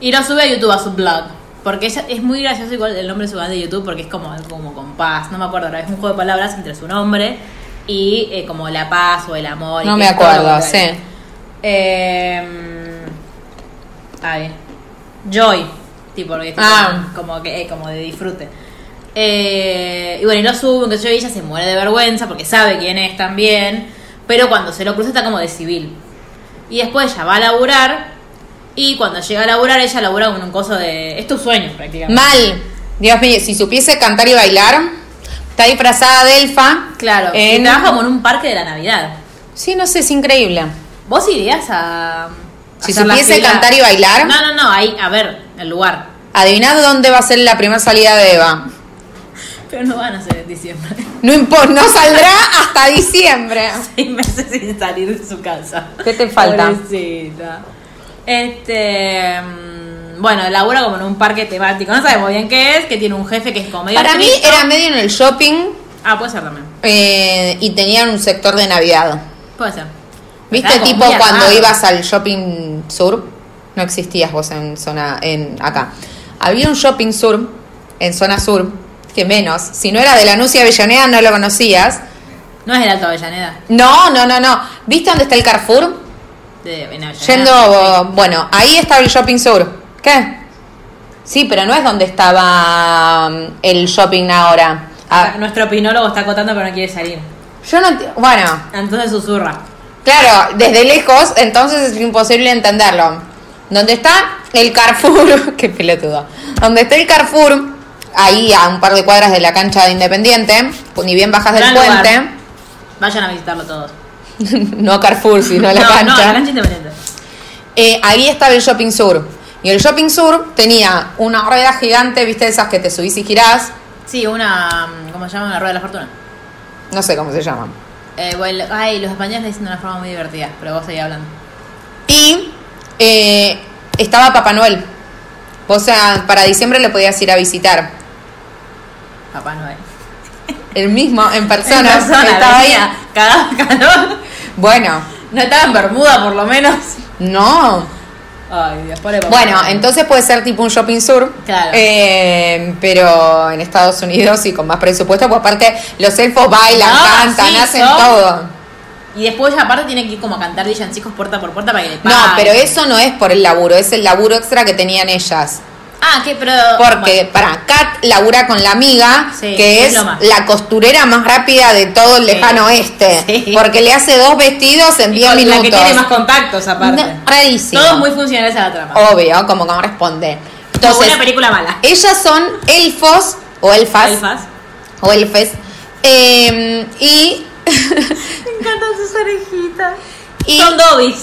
Speaker 2: y lo sube a YouTube a su blog. Porque ella, es muy gracioso igual el nombre de su canal de YouTube porque es como, como con paz, no me acuerdo, ahora es un juego de palabras entre su nombre y eh, como la paz o el amor. y
Speaker 3: No
Speaker 2: que
Speaker 3: me
Speaker 2: es todo lo
Speaker 3: acuerdo,
Speaker 2: contrario.
Speaker 3: sí. Em,
Speaker 2: Eh, ay, Joy, tipo, porque tipo,
Speaker 3: Ah.
Speaker 2: como que eh, como de disfrute. Eh, y bueno, y lo suben, que yo y ella se muere de vergüenza porque sabe quién es también, pero cuando se lo cruza está como de civil. Y después ella va a laburar y cuando llega a laburar ella labura con un coso de... Es tu sueño prácticamente.
Speaker 3: Mal. Dios mío, si supiese cantar y bailar, está disfrazada de elfa.
Speaker 2: claro, y
Speaker 3: en-
Speaker 2: Eh, trabaja como en un parque de la Navidad.
Speaker 3: Sí, no sé, es increíble.
Speaker 2: ¿Vos irías a... a
Speaker 3: Si
Speaker 2: hacer la
Speaker 3: supiese
Speaker 2: fila?
Speaker 3: cantar y bailar.
Speaker 2: No, no, no, ahí, a ver, el lugar.
Speaker 3: Adivinad dónde va a ser la primera salida de Eva.
Speaker 2: Pero no van a ser en diciembre.
Speaker 3: No impo- no saldrá hasta diciembre.
Speaker 2: Seis meses sin salir de su casa.
Speaker 3: ¿Qué te falta?
Speaker 2: Pobrecita. Este. mm, Bueno, labura como en un parque temático. No sabemos bien qué es, que tiene un jefe que es comedio.
Speaker 3: Para mí
Speaker 2: triste.
Speaker 3: era medio en el shopping
Speaker 2: Ah, puede ser también.
Speaker 3: eh, y tenían un sector de Navidad.
Speaker 2: Puede ser.
Speaker 3: ¿Viste
Speaker 2: Estaba como
Speaker 3: tipo
Speaker 2: muy
Speaker 3: cuando
Speaker 2: armado.
Speaker 3: ibas al shopping sur? No existías vos en zona en acá. Había un shopping sur en zona sur que menos, si no era de Lanús y Avellaneda no lo conocías.
Speaker 2: No es el Alto Avellaneda.
Speaker 3: No, no, no, no. ¿Viste dónde está el Carrefour?
Speaker 2: De, en Avellaneda. Ah,
Speaker 3: Yendo, bueno, ahí estaba el shopping sur. ¿Qué? Sí, pero no es donde estaba mm, el shopping ahora. Ah,
Speaker 2: Nuestro opinólogo está acotando, pero no quiere salir.
Speaker 3: yo no, te- bueno,
Speaker 2: Entonces susurra.
Speaker 3: claro, desde lejos, entonces es imposible entenderlo. Donde está el Carrefour, qué pelotudo. Donde está el Carrefour, ahí a un par de cuadras de la cancha de Independiente, ni bien bajas del
Speaker 2: Gran lugar.
Speaker 3: puente,
Speaker 2: Vayan a visitarlo todos.
Speaker 3: no Carrefour, sino la
Speaker 2: no,
Speaker 3: cancha.
Speaker 2: no, la cancha independiente.
Speaker 3: Eh, ahí estaba el Shopping Sur. Y el Shopping Sur tenía una rueda gigante, viste, esas que te subís y girás.
Speaker 2: Sí, una. mm, ¿Cómo se llama? Una rueda de la fortuna.
Speaker 3: No sé cómo se llaman.
Speaker 2: Eh, bueno, ay, los españoles le dicen de una forma muy divertida, pero vos seguís hablando.
Speaker 3: Y eh, estaba Papá Noel. O sea, para diciembre lo podías ir a visitar.
Speaker 2: Papá Noel.
Speaker 3: El mismo, en persona.
Speaker 2: En persona,
Speaker 3: estaba ahí.
Speaker 2: venía, cagado de calor.
Speaker 3: Bueno,
Speaker 2: No estaba en Bermuda, por lo menos.
Speaker 3: no.
Speaker 2: Ay, Dios, pobre papá.
Speaker 3: Bueno, entonces puede ser tipo un shopping sur,
Speaker 2: Claro.
Speaker 3: eh, pero en Estados Unidos y con más presupuesto, pues aparte los elfos bailan,
Speaker 2: No,
Speaker 3: cantan,
Speaker 2: Ah, sí,
Speaker 3: hacen
Speaker 2: son-
Speaker 3: todo.
Speaker 2: Y después, aparte, tiene que ir como a cantar villancicos puerta por puerta para que le
Speaker 3: No,
Speaker 2: paguen.
Speaker 3: pero eso no es por el laburo, es el laburo extra que tenían ellas.
Speaker 2: Ah, que pero.
Speaker 3: Porque para Kat labura con la amiga,
Speaker 2: Sí,
Speaker 3: que
Speaker 2: es
Speaker 3: es
Speaker 2: lo más.
Speaker 3: la costurera más rápida de todo el lejano oeste.
Speaker 2: Sí.
Speaker 3: Porque le hace dos vestidos en
Speaker 2: Y
Speaker 3: 10
Speaker 2: con
Speaker 3: minutos.
Speaker 2: La que tiene más contactos, aparte.
Speaker 3: No, ah, rarísimo.
Speaker 2: Todos muy funcionales a la trama.
Speaker 3: Obvio, como corresponde.
Speaker 2: Como
Speaker 3: Entonces,
Speaker 2: una película mala.
Speaker 3: ellas son elfos o elfas,
Speaker 2: Alfas.
Speaker 3: o elfes. eh, y
Speaker 2: Me encantan sus orejitas.
Speaker 3: Y-
Speaker 2: Son Dobbies.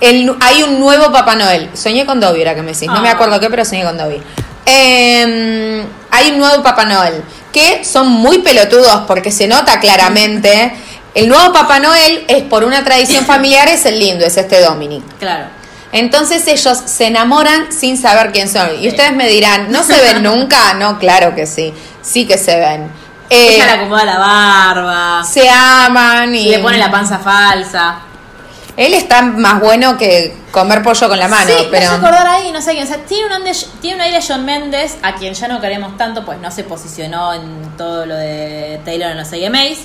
Speaker 3: el- hay un nuevo Papá Noel. Soñé con Dobby, era que me decís. No me
Speaker 2: Ah.
Speaker 3: acuerdo qué, pero soñé con Dobby. Eh, hay un nuevo Papá Noel. Que son muy pelotudos porque se nota claramente. El nuevo Papá Noel es por una tradición familiar, es el lindo, es este Dominic.
Speaker 2: Claro.
Speaker 3: Entonces ellos se enamoran sin saber quién son. Y ustedes me dirán, ¿no se ven nunca? No, claro que sí. Sí que se ven. Eh,
Speaker 2: Ella le acomoda la barba.
Speaker 3: se aman y
Speaker 2: Le pone la panza falsa.
Speaker 3: él está más bueno que comer pollo con la mano,
Speaker 2: sí, me
Speaker 3: pero
Speaker 2: hace acordar ahí, no sé quién. O sea, tiene un, ande- tiene un aire John Méndez, a quien ya no queremos tanto, pues no se posicionó en todo lo de Taylor en los AMAs.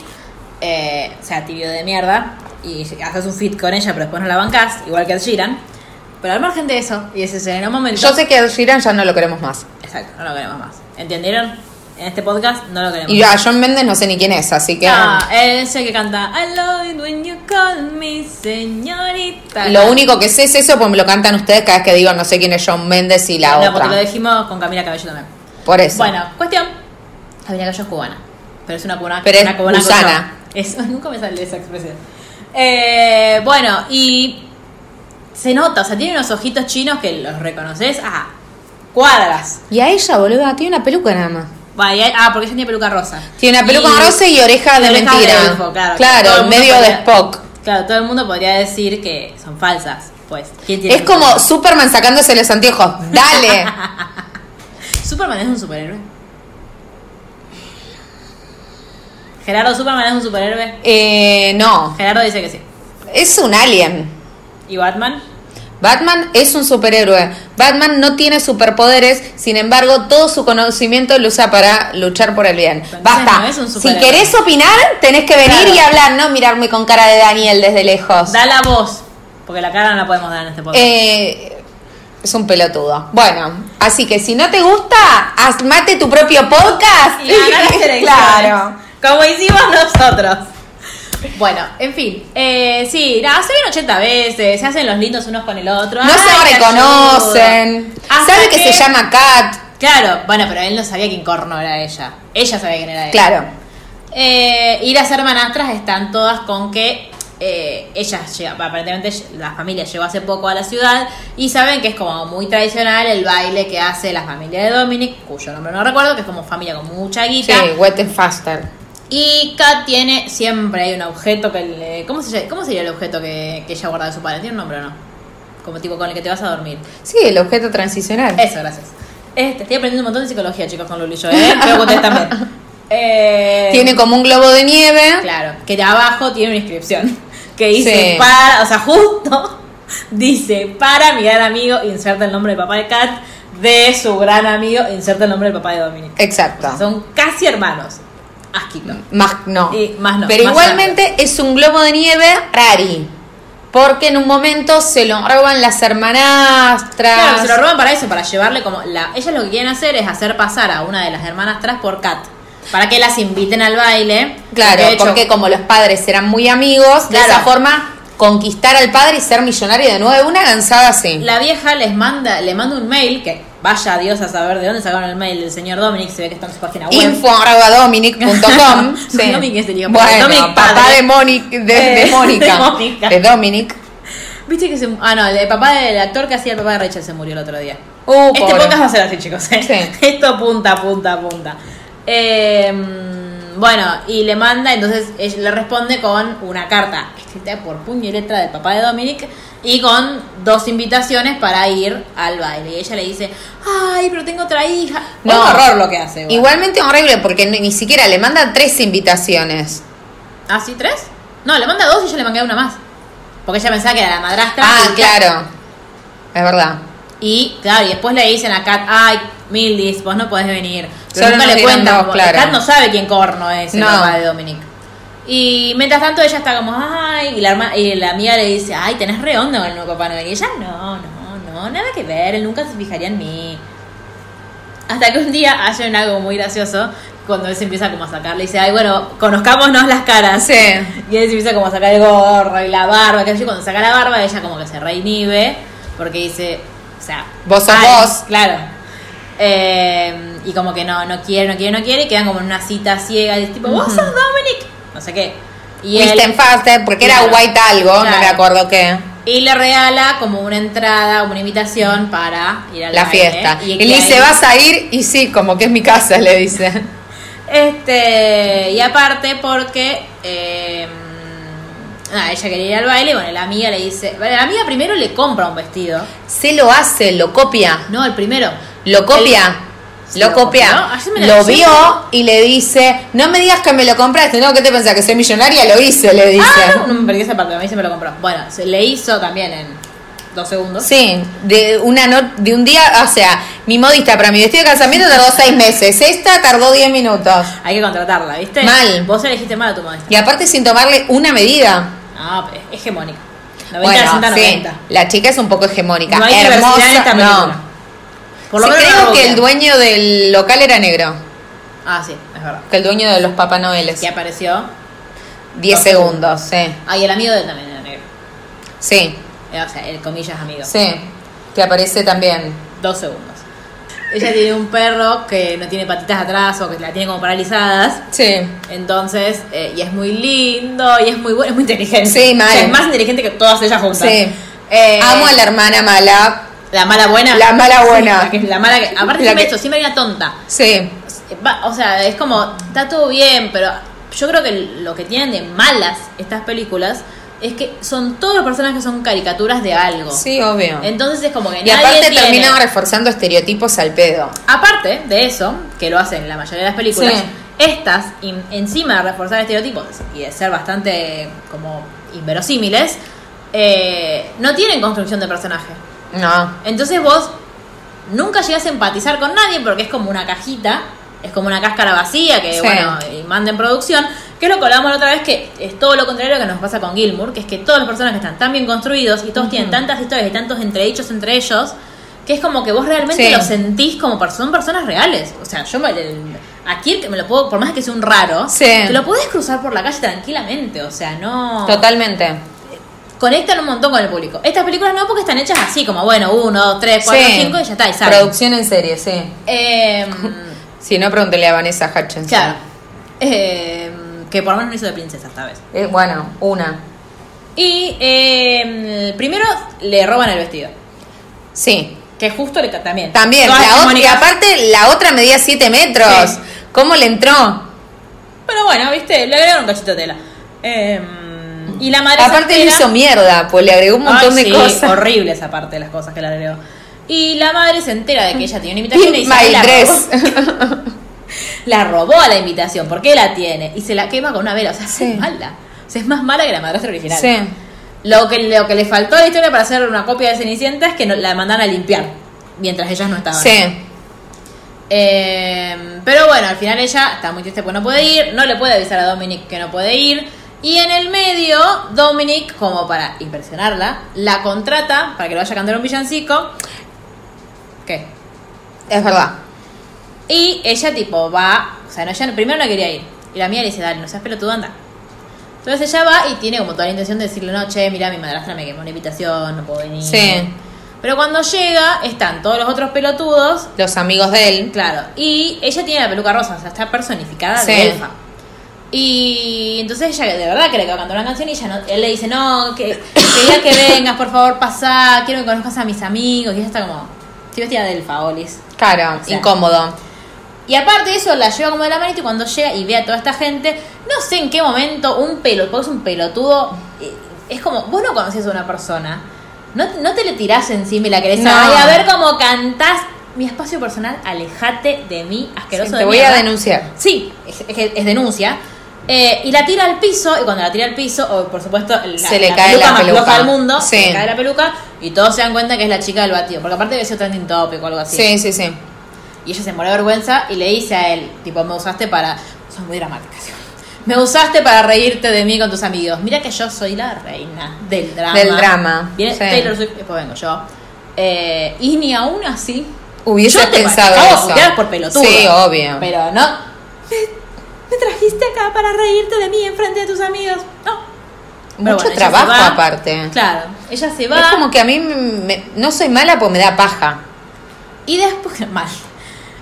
Speaker 2: Eh, o sea, tibio de mierda. Y haces un fit con ella, pero después no la bancas, igual que el Giran. Pero al margen de eso, y ese será un momento.
Speaker 3: yo sé que a Sheeran ya no lo queremos más.
Speaker 2: Exacto, no lo queremos más. ¿Entendieron? En este podcast no lo queremos
Speaker 3: Y a John Méndez no sé ni quién es, así que
Speaker 2: Ah, ese que canta I love it when you call me señorita.
Speaker 3: lo único que sé es eso, pues me lo cantan ustedes cada vez que digo no sé quién es John Méndez y la
Speaker 2: No,
Speaker 3: otra.
Speaker 2: porque lo dijimos con Camila Cabello también.
Speaker 3: Por eso.
Speaker 2: Bueno, cuestión. Camila Cabello es cubana. Pero es una cubana.
Speaker 3: Pero es
Speaker 2: una cubana
Speaker 3: gusana.
Speaker 2: con- Es, nunca me sale esa expresión. Eh, bueno, y se nota, o sea, tiene unos ojitos chinos que los reconoces a cuadras.
Speaker 3: Y a ella, boluda, tiene una peluca nada más.
Speaker 2: Va, y hay- ah, porque ella tiene peluca rosa.
Speaker 3: Tiene una peluca
Speaker 2: Y-
Speaker 3: rosa y oreja de
Speaker 2: y orejas
Speaker 3: mentira.
Speaker 2: elfo, claro,
Speaker 3: Claro,
Speaker 2: Todo el mundo
Speaker 3: medio de
Speaker 2: podría-
Speaker 3: Spock.
Speaker 2: Claro, todo el mundo podría decir que son falsas. Pues, ¿quién tiene
Speaker 3: Es
Speaker 2: peluca
Speaker 3: como
Speaker 2: rosa?
Speaker 3: Superman sacándose los anteojos. Dale.
Speaker 2: Superman es un superhéroe. Gerardo, Superman es un superhéroe.
Speaker 3: Eh, no,
Speaker 2: Gerardo dice que sí.
Speaker 3: es un alien.
Speaker 2: ¿Y Batman?
Speaker 3: Batman es un superhéroe. Batman no tiene superpoderes, sin embargo, todo su conocimiento lo usa para luchar por el bien.
Speaker 2: Entonces
Speaker 3: Basta.
Speaker 2: no es un
Speaker 3: si
Speaker 2: superhéroe.
Speaker 3: querés opinar, tenés que venir
Speaker 2: Claro.
Speaker 3: y hablar, no mirarme con cara de Daniel desde lejos.
Speaker 2: Da la voz. Porque la cara no la podemos dar en este podcast.
Speaker 3: Eh, es un pelotudo. Bueno, así que si no te gusta, haz- mate tu propio podcast.
Speaker 2: y ganar las elecciones.
Speaker 3: claro.
Speaker 2: Como hicimos nosotros. Bueno, en fin. Eh, sí, nada, se ven 80 veces, se hacen los lindos unos con el otro.
Speaker 3: No
Speaker 2: Ay, te
Speaker 3: se reconocen.
Speaker 2: ayudo. Hasta
Speaker 3: ¿Sabe que, se llama Kat?
Speaker 2: Claro, bueno, pero él no sabía quién corno era ella. Ella sabía quién era él.
Speaker 3: Claro.
Speaker 2: Eh, y las hermanastras están todas con que eh, ellas llega- aparentemente la familia llegó hace poco a la ciudad y saben que es como muy tradicional el baile que hace la familia de Dominic, cuyo nombre no recuerdo, que es como familia con mucha
Speaker 3: Sí,
Speaker 2: guita.
Speaker 3: Wet and Faster.
Speaker 2: Y Kat tiene, siempre hay un objeto que le... ¿Cómo, se, llama- cómo sería el objeto que, que ella guarda de su padre? ¿Tiene un nombre o no? Como tipo con el que te vas a dormir.
Speaker 3: Sí, el objeto transicional.
Speaker 2: Eso, gracias. Este, estoy aprendiendo un montón de psicología, chicos, con Luli y yo, ¿eh? Pero con ustedes también. Eh,
Speaker 3: Tiene como un globo de nieve.
Speaker 2: Claro, que de abajo tiene una inscripción que dice
Speaker 3: Sí.
Speaker 2: para, o sea, justo dice para mi gran amigo, inserta el nombre del papá de Kat, de su gran amigo, inserta el nombre del papá de Dominic.
Speaker 3: Exacto.
Speaker 2: Son casi hermanos. Asquito.
Speaker 3: Más no.
Speaker 2: Y más no,
Speaker 3: Pero
Speaker 2: más
Speaker 3: igualmente es un globo de nieve rari. Porque en un momento se lo roban las hermanastras.
Speaker 2: Claro, se lo roban para eso, para llevarle como la. Ellas lo que quieren hacer es hacer pasar a una de las hermanas atrás por Kat. Para que las inviten al baile.
Speaker 3: Claro,
Speaker 2: de hecho-
Speaker 3: porque como los padres eran muy amigos, de
Speaker 2: Claro.
Speaker 3: esa forma conquistar al padre y ser millonario de nuevo. Una cansada así.
Speaker 2: La vieja les manda, le manda un mail, que vaya Dios a saber de dónde sacaron el mail del señor Dominic, se ve que está en su página web.
Speaker 3: Info arroba dominic.com. Sí.
Speaker 2: Dominic es el hijo,
Speaker 3: Bueno,
Speaker 2: este Dominic
Speaker 3: papá
Speaker 2: padre.
Speaker 3: de, Mónica- de, de
Speaker 2: Eh, de
Speaker 3: Mónica.
Speaker 2: Mónica.
Speaker 3: De Dominic.
Speaker 2: Viste que se Ah, no, el papá del actor que hacía el papá de Rachel se murió el otro día.
Speaker 3: Uh,
Speaker 2: este
Speaker 3: pobre.
Speaker 2: podcast va a ser así, chicos. ¿eh?
Speaker 3: Sí.
Speaker 2: Esto punta, punta, punta. Eh, mm, bueno, y le manda, entonces ella le responde con una carta escrita por puño y letra del papá de Dominic y con dos invitaciones para ir al baile. Y ella le dice, ay, pero tengo otra hija. Oh.
Speaker 3: No.
Speaker 2: Un horror lo que hace. igual.
Speaker 3: Igualmente horrible porque ni, ni siquiera le mandan tres invitaciones.
Speaker 2: ¿Ah, sí? ¿Tres? No, le manda dos y yo le mandé una más. Porque ella pensaba que era la madrastra.
Speaker 3: Ah,
Speaker 2: Y-
Speaker 3: claro. Es verdad.
Speaker 2: Y claro, y después le dicen a Kat, ay, Mildis, vos no podés venir. Pero
Speaker 3: Solo
Speaker 2: nunca le
Speaker 3: nos dieron
Speaker 2: cuentan,
Speaker 3: dos,
Speaker 2: porque
Speaker 3: claro.
Speaker 2: Kat no sabe quién corno es el
Speaker 3: No.
Speaker 2: papá de Dominic. Y mientras tanto ella está como, ay, y la, herma- y la amiga le dice, ay, tenés re onda con el nuevo papá Noel. Y ella, no, no, no, nada que ver, él nunca se fijaría en mí. Hasta que un día hacen algo muy gracioso cuando él se empieza como a sacarle y dice, ay, bueno, conozcámonos las caras.
Speaker 3: Sí.
Speaker 2: Y él se empieza como a sacar el gorro y la barba. Que cuando saca la barba, ella como que se reinhibe porque dice, o sea,
Speaker 3: Vos sos
Speaker 2: "Ay",
Speaker 3: vos.
Speaker 2: Claro. Eh, y como que no, no quiere, no quiere, no quiere. Y quedan como en una cita ciega. Y es tipo, vos sos Dominic. No sé qué. Y él-
Speaker 3: Kristen Faster, porque
Speaker 2: Claro.
Speaker 3: era White algo, no
Speaker 2: Claro.
Speaker 3: me acuerdo qué.
Speaker 2: y le regala como una entrada, una invitación para ir a
Speaker 3: La fiesta. Y, le dice, vas a ir, y sí, como que es mi casa, le dice.
Speaker 2: Este, y aparte porque eh, nada, ella quería ir al baile, bueno, la amiga le dice, bueno, la amiga primero le compra un vestido.
Speaker 3: Se lo hace, lo copia.
Speaker 2: No, el primero.
Speaker 3: Lo copia.
Speaker 2: Sí,
Speaker 3: lo
Speaker 2: lo copió.
Speaker 3: copia.
Speaker 2: Ayer me la-
Speaker 3: Lo
Speaker 2: ayer
Speaker 3: vio
Speaker 2: me-
Speaker 3: y le dice, no me digas que me lo compraste, no, ¿qué te pensás? Que soy millonaria, lo hice, le dice.
Speaker 2: Ah, no, no me perdí esa parte, a mí se me lo compró. Bueno, se le hizo también en dos segundos.
Speaker 3: Sí, de una no- de un día, o sea, mi modista para mi vestido de casamiento tardó seis meses, esta tardó diez minutos.
Speaker 2: Hay que contratarla, ¿viste?
Speaker 3: Mal.
Speaker 2: Vos elegiste mal a tu modista.
Speaker 3: Y aparte sin tomarle una medida.
Speaker 2: Ah, pero es hegemónica. 90,
Speaker 3: Bueno,
Speaker 2: 60,
Speaker 3: sí,
Speaker 2: 90.
Speaker 3: la chica es un poco hegemónica.
Speaker 2: No hay diversidad
Speaker 3: hermosa,
Speaker 2: en esta película.
Speaker 3: no.
Speaker 2: Por lo
Speaker 3: Sí,
Speaker 2: menos
Speaker 3: creo
Speaker 2: la
Speaker 3: que
Speaker 2: rubia.
Speaker 3: el dueño del local era negro,
Speaker 2: Ah, sí, es verdad.
Speaker 3: que el dueño de los Papá Noeles.
Speaker 2: Que apareció.
Speaker 3: 10
Speaker 2: Dos
Speaker 3: segundos, sí.
Speaker 2: Ah, y el amigo de él también era negro.
Speaker 3: Sí,
Speaker 2: Eh, O sea, el comillas amigo.
Speaker 3: sí, que aparece también.
Speaker 2: Dos segundos. Ella tiene un perro que no tiene patitas atrás o que la tiene como paralizadas.
Speaker 3: Sí.
Speaker 2: Entonces, eh, y es muy lindo, y es muy bueno, es muy inteligente.
Speaker 3: Sí, mal.
Speaker 2: O sea, es más inteligente que todas ellas juntas.
Speaker 3: Sí.
Speaker 2: Eh,
Speaker 3: Amo a la hermana mala.
Speaker 2: la mala buena.
Speaker 3: La mala buena.
Speaker 2: Sí, la, que, la mala que- Aparte
Speaker 3: La
Speaker 2: siempre
Speaker 3: que-
Speaker 2: esto, siempre hay una tonta.
Speaker 3: Sí,
Speaker 2: Va- O sea, es como, está todo bien, pero yo creo que lo que tienen de malas estas películas es que son todos los personajes que son caricaturas de algo.
Speaker 3: sí, obvio.
Speaker 2: Entonces es como que
Speaker 3: Y
Speaker 2: nadie
Speaker 3: aparte
Speaker 2: tiene-
Speaker 3: terminan reforzando estereotipos al pedo.
Speaker 2: Aparte de eso, que lo hacen la mayoría de las películas,
Speaker 3: Sí.
Speaker 2: estas, in- encima de reforzar estereotipos y de ser bastante como inverosímiles, eh, no tienen construcción de personaje.
Speaker 3: No.
Speaker 2: Entonces vos nunca llegas a empatizar con nadie porque es como una cajita, es como una cáscara vacía que,
Speaker 3: Sí.
Speaker 2: bueno, y manda en producción. Que es lo que hablábamos la otra vez, que es todo lo contrario que nos pasa con Gilmour, que es que todos los personajes están tan bien construidos y todos tienen tantas historias y tantos entredichos entre ellos, que es como que vos realmente
Speaker 3: Sí.
Speaker 2: los sentís como personas, son personas reales. O sea, yo me, el- a Kirk me lo puedo, por más que sea un raro,
Speaker 3: Sí.
Speaker 2: te lo podés cruzar por la calle tranquilamente, o sea, no
Speaker 3: Totalmente.
Speaker 2: conectan un montón con el público. Estas películas no porque están hechas así, como bueno, uno, dos, tres, cuatro,
Speaker 3: Sí.
Speaker 2: cinco y ya está, y salen.
Speaker 3: Producción en serie, sí.
Speaker 2: Eh,
Speaker 3: Si no, pregúntele a Vanessa Hutchinson.
Speaker 2: claro. Eh, que por lo menos no hizo de princesa esta vez.
Speaker 3: Eh, bueno, una.
Speaker 2: Y eh, primero le roban el vestido.
Speaker 3: Sí.
Speaker 2: Que justo le ca- también.
Speaker 3: También,
Speaker 2: Todas
Speaker 3: la otra, y
Speaker 2: hegemónicas.
Speaker 3: aparte la otra medía 7 metros.
Speaker 2: Sí.
Speaker 3: ¿Cómo le entró?
Speaker 2: Pero bueno, viste, le agregaron un cachito de tela. Eh, y la madre
Speaker 3: Aparte
Speaker 2: soltera-
Speaker 3: lo hizo mierda, pues le agregó un montón
Speaker 2: Ay,
Speaker 3: de
Speaker 2: sí,
Speaker 3: cosas.
Speaker 2: horrible esa parte de las cosas que le agregó. Y la madre se entera de que ella tiene una invitación y dice, "Ay,
Speaker 3: My
Speaker 2: la
Speaker 3: dress.
Speaker 2: robó". La robó a la invitación, porque la tiene. Y se la quema con una vela. O sea,
Speaker 3: Sí.
Speaker 2: es mala. O sea, es más mala que la madrastra original.
Speaker 3: sí.
Speaker 2: Lo, que, lo que le faltó a la historia para hacer una copia de Cenicienta es que no- la mandan a limpiar mientras ellas no estaban.
Speaker 3: Sí.
Speaker 2: Eh, pero bueno, al final ella está muy triste porque no puede ir, no le puede avisar a Dominic que no puede ir. Y en el medio, Dominic, como para impresionarla, la contrata para que le vaya a cantar un villancico. ¿Qué?
Speaker 3: Es verdad.
Speaker 2: Y ella tipo va, o sea, no, ella primero no quería ir. Y la mía le dice, dale, no seas pelotudo, anda. Entonces ella va y tiene como toda la intención de decirle, no, che, mira, mi madrastra me quemó una invitación, no puedo venir.
Speaker 3: Sí.
Speaker 2: Pero cuando llega, están todos los otros pelotudos
Speaker 3: Los amigos de él.
Speaker 2: Claro, y ella tiene la peluca rosa, o sea, está personificada
Speaker 3: Sí.
Speaker 2: de elfa. Y entonces ella de verdad que le quedó cantando una canción y ella no- él le dice, no, que, quería que vengas, por favor, pasá, quiero que conozcas a mis amigos. Y ella está como, estoy vestida de elfa, Olis.
Speaker 3: Claro,
Speaker 2: O sea.
Speaker 3: incómodo.
Speaker 2: Y aparte de eso, la lleva como de la manito y cuando llega y ve a toda esta gente, no sé en qué momento un pelotudo, porque es un pelotudo, eh, es como, vos no conoces a una persona, no, no te le tirás encima y la querés
Speaker 3: No.
Speaker 2: "Ay, a ver cómo cantás. Mi espacio personal, alejate de mí,
Speaker 3: Sí,
Speaker 2: asqueroso de
Speaker 3: te voy a
Speaker 2: mierda".
Speaker 3: denunciar.
Speaker 2: Sí, es, es- es denuncia. Eh, y la tira al piso, y cuando la tira al piso, o por supuesto, la,
Speaker 3: Se le cae la
Speaker 2: más
Speaker 3: peluca.
Speaker 2: floja del mundo,
Speaker 3: Sí.
Speaker 2: se le cae la peluca, y todos se dan cuenta que es la chica del batido, porque aparte debe ser trending topic o algo así.
Speaker 3: Sí, sí, sí.
Speaker 2: Y ella se muere de vergüenza y le dice a él, tipo, me usaste para... Son muy dramáticas. Me usaste para reírte de mí con tus amigos. Mira que yo soy la reina del drama.
Speaker 3: Del drama,
Speaker 2: Viene
Speaker 3: sí.
Speaker 2: Taylor Swift, después vengo yo. Eh, y ni aún así
Speaker 3: hubiese
Speaker 2: Yo te
Speaker 3: pensado
Speaker 2: acabo de
Speaker 3: eso.
Speaker 2: putear por pelotudo.
Speaker 3: Sí, obvio.
Speaker 2: Pero no. Me, me trajiste acá para reírte de mí en frente de tus amigos. No. Pero
Speaker 3: Mucho
Speaker 2: bueno, ella se
Speaker 3: trabajo
Speaker 2: va.
Speaker 3: aparte.
Speaker 2: Claro. Ella se va.
Speaker 3: Es como que a mí me- no soy mala porque me da paja.
Speaker 2: Y después. Mal.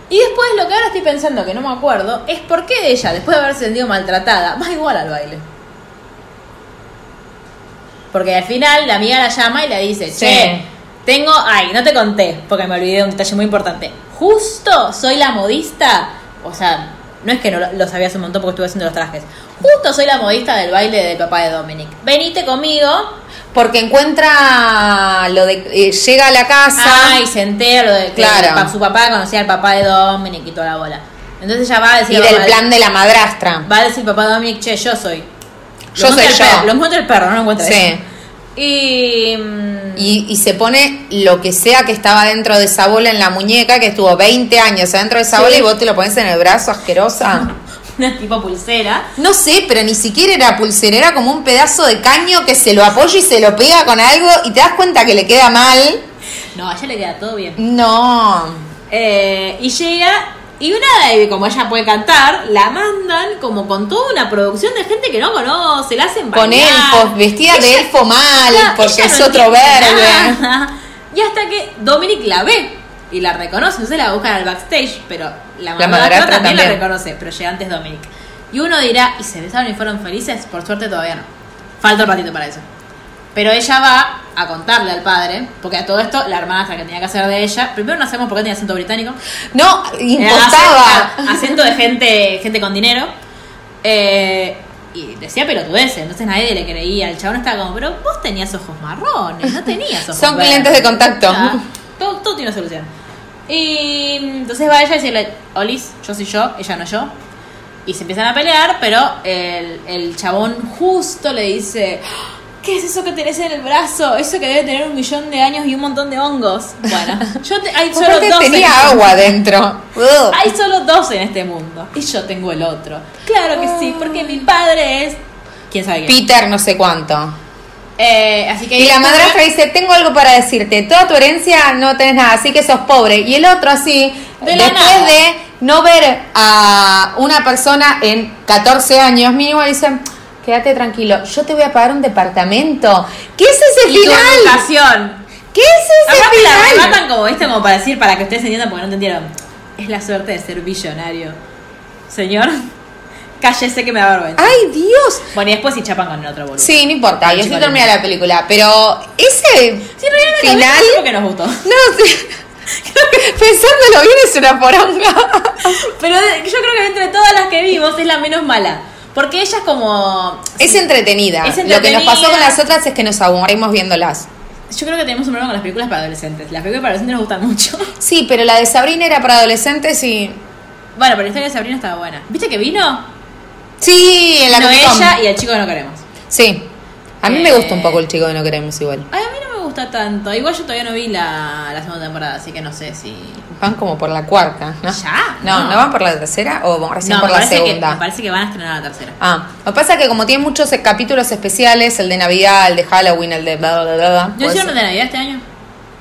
Speaker 2: Y después lo que ahora estoy pensando, que no me acuerdo, es por qué ella, después de haberse sentido maltratada, va igual al baile. Porque al final la amiga la llama y le dice,
Speaker 3: Sí.
Speaker 2: che, tengo, ay, no te conté, porque me olvidé de un detalle muy importante. Justo soy la modista, o sea, no es que no lo, lo sabía hace un montón porque estuve haciendo los trajes. Justo soy la modista del baile del papá de Dominic. Venite conmigo,
Speaker 3: Porque encuentra lo de. eh, llega a la casa.
Speaker 2: Ah, y se entera lo de que
Speaker 3: Claro.
Speaker 2: el pa- su papá conocía al papá de Dominic y toda la bola. Entonces ella va a decir
Speaker 3: y
Speaker 2: al
Speaker 3: del
Speaker 2: papá
Speaker 3: plan de la madrastra.
Speaker 2: va a decir papá de Dominic, che, yo soy.
Speaker 3: Yo soy
Speaker 2: encuentra el
Speaker 3: yo.
Speaker 2: perro, lo encuentra el perro, no lo encuentra
Speaker 3: Sí.
Speaker 2: ella. Y, mm,
Speaker 3: Y, y se pone lo que sea que estaba dentro de esa bola en la muñeca, que estuvo 20 años adentro de esa
Speaker 2: Sí.
Speaker 3: bola y vos te lo pones en el brazo, asquerosa.
Speaker 2: una tipo pulsera.
Speaker 3: No sé, pero ni siquiera era pulsera, era como un pedazo de caño que se lo apoya y se lo pega con algo y te das cuenta que le queda mal.
Speaker 2: No, a ella le queda todo bien.
Speaker 3: No.
Speaker 2: Eh, y llega, y nada, y como ella puede cantar, la mandan como con toda una producción de gente que no conoce, la hacen
Speaker 3: Con
Speaker 2: bailar.
Speaker 3: elfos, vestida de elfo mal,
Speaker 2: Claro,
Speaker 3: porque
Speaker 2: ella
Speaker 3: es
Speaker 2: no
Speaker 3: otro
Speaker 2: entiende
Speaker 3: verde.
Speaker 2: nada. Y hasta que Dominic la ve y la reconoce, no sé, la buscan al backstage, pero la madrastra,
Speaker 3: madrastra
Speaker 2: también, la
Speaker 3: también.
Speaker 2: reconoce, pero llega antes Dominic. Y uno dirá, ¿y se besaron y fueron felices? Por suerte todavía no. Falta un ratito para eso. Pero ella va a contarle al padre, porque a todo esto la hermanastra que tenía que hacer de ella, primero no sabemos por qué tenía acento británico,
Speaker 3: No,
Speaker 2: Era
Speaker 3: impostaba.
Speaker 2: Acento, acento de gente, gente con dinero. Eh, y decía pelotudeces, entonces nadie le creía. El chabón estaba como, pero vos tenías ojos marrones, no tenías ojos
Speaker 3: Son
Speaker 2: verdes".
Speaker 3: clientes de contacto.
Speaker 2: Ah, todo, todo tiene una solución. Y entonces va ella a decirle, Olis, yo soy yo, ella no yo. Y se empiezan a pelear, pero el, el chabón justo le dice, ¿qué es eso que tenés en el brazo? Eso que debe tener un millón de años y un montón de hongos. Bueno, yo te- hay solo
Speaker 3: Aparte
Speaker 2: dos en este
Speaker 3: tenía agua dentro. Ugh.
Speaker 2: hay solo dos en este mundo y yo tengo el otro. Claro que sí, porque mi padre es. ¿Quién sabe quién?
Speaker 3: Peter no sé cuánto.
Speaker 2: Eh, así que
Speaker 3: Y la madrastra dice, tengo algo para decirte, toda tu herencia no tenés nada, así que sos pobre. Y el otro así,
Speaker 2: De la
Speaker 3: después
Speaker 2: nada.
Speaker 3: de no ver a una persona en 14 años mínimo, dice, quédate tranquilo, yo te voy a pagar un departamento. ¿Qué es ese
Speaker 2: Tu
Speaker 3: final?
Speaker 2: educación.
Speaker 3: ¿Qué es ese
Speaker 2: Aparte la
Speaker 3: final?
Speaker 2: rematan como viste, como para decir, para que ustedes entiendan porque no entendieron. Es la suerte de ser billonario. Señor, cállese que me da vergüenza.
Speaker 3: Ay, Dios.
Speaker 2: Bueno, y después si chapan con el otro boludo.
Speaker 3: Ah. Sí, no importa,
Speaker 2: Ay,
Speaker 3: y así
Speaker 2: chico,
Speaker 3: termina la película, pero ese
Speaker 2: Sí, en realidad me acabé
Speaker 3: final...
Speaker 2: de hacer lo que nos gustó.
Speaker 3: No sé. Pensándolo bien es una poronga.
Speaker 2: Pero de- yo creo que entre todas las que vimos es la menos mala. Porque ella es como.
Speaker 3: Es entretenida.
Speaker 2: Es
Speaker 3: Lo que nos pasó
Speaker 2: entretenida.
Speaker 3: con las otras es que nos aburrimos viéndolas.
Speaker 2: Yo creo que tenemos un problema con las películas para adolescentes. Las películas para adolescentes nos gustan mucho.
Speaker 3: Sí, pero la de Sabrina era para adolescentes y.
Speaker 2: Bueno, pero la historia de Sabrina estaba buena. ¿Viste que vino?
Speaker 3: Sí, en la
Speaker 2: Vino
Speaker 3: Comic Con.
Speaker 2: ella y el chico que no queremos.
Speaker 3: Sí. A mí
Speaker 2: Eh.
Speaker 3: me gusta un poco el chico que no queremos igual.
Speaker 2: Ay, a mí no me gusta tanto. Igual yo todavía no vi la, la segunda temporada, así que no sé si.
Speaker 3: Van como por la cuarta, ¿no?
Speaker 2: ¿Ya?
Speaker 3: No, no,
Speaker 2: No.
Speaker 3: van por la tercera o van recién
Speaker 2: no,
Speaker 3: por
Speaker 2: me,
Speaker 3: la
Speaker 2: parece que, me
Speaker 3: segunda.
Speaker 2: parece que van a estrenar la tercera.
Speaker 3: Ah, lo que pasa es que como tiene muchos eh, capítulos especiales, el de Navidad, el de Halloween, el de bla bla bla, bla.
Speaker 2: ¿No
Speaker 3: puede
Speaker 2: hicieron
Speaker 3: ser.
Speaker 2: de Navidad este año?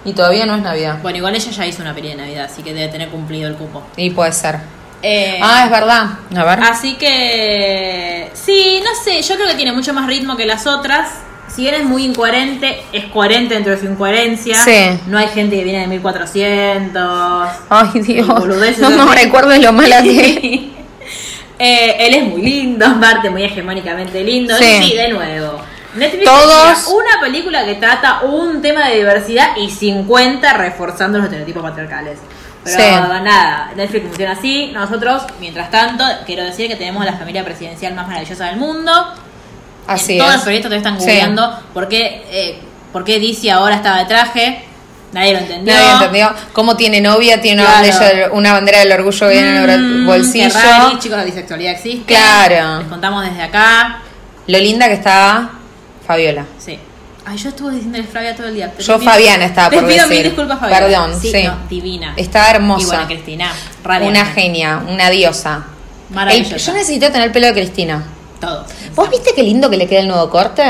Speaker 3: Y todavía no es Navidad.
Speaker 2: Bueno, igual ella ya hizo una peli de Navidad, así que debe tener cumplido el cupo.
Speaker 3: Y puede ser.
Speaker 2: Eh,
Speaker 3: Ah, es verdad. A ver.
Speaker 2: Así que. Sí, no sé. Yo creo que tiene mucho más ritmo que las otras. Si bien es muy incoherente, es coherente dentro de su incoherencia.
Speaker 3: Sí.
Speaker 2: No hay gente que viene de 1400.
Speaker 3: Ay, Dios.
Speaker 2: boludeces
Speaker 3: No, no
Speaker 2: así.
Speaker 3: recuerdo lo mala que.
Speaker 2: Eh, él es muy lindo, Marte muy hegemónicamente lindo.
Speaker 3: Sí.
Speaker 2: Sí, de nuevo. Netflix
Speaker 3: Todos-
Speaker 2: tendría una película que trata un tema de diversidad y 50 reforzando los estereotipos patriarcales. Pero
Speaker 3: Sí.
Speaker 2: nada, Netflix funciona así. Nosotros, mientras tanto, quiero decir que tenemos la familia presidencial más maravillosa del mundo.
Speaker 3: Así
Speaker 2: en todos
Speaker 3: es.
Speaker 2: los proyectos te están
Speaker 3: Sí.
Speaker 2: googleando por, qué, eh, por qué DC ahora estaba de traje. Nadie lo entendió.
Speaker 3: Nadie entendió cómo tiene novia, tiene una,
Speaker 2: Claro.
Speaker 3: bandera, del- una bandera del orgullo bien en el
Speaker 2: Mm,
Speaker 3: bolsillo.
Speaker 2: qué raro, chicos, la bisexualidad existe.
Speaker 3: Claro.
Speaker 2: Les contamos desde acá.
Speaker 3: Lo linda que está Fabiola.
Speaker 2: Sí. Ay, yo estuve diciéndole Flavia todo el día. Te
Speaker 3: Yo
Speaker 2: pido-
Speaker 3: Fabiana estaba
Speaker 2: te
Speaker 3: por
Speaker 2: pido
Speaker 3: decir.
Speaker 2: mil disculpas, Fabiola.
Speaker 3: Perdón, sí.
Speaker 2: no, divina.
Speaker 3: Está hermosa.
Speaker 2: Y bueno, Cristina,
Speaker 3: Una
Speaker 2: radiante.
Speaker 3: genia, una diosa. El-
Speaker 2: Maravillosa.
Speaker 3: yo necesito tener pelo de Cristina.
Speaker 2: Todo.
Speaker 3: ¿Vos viste qué lindo que le queda el nuevo corte?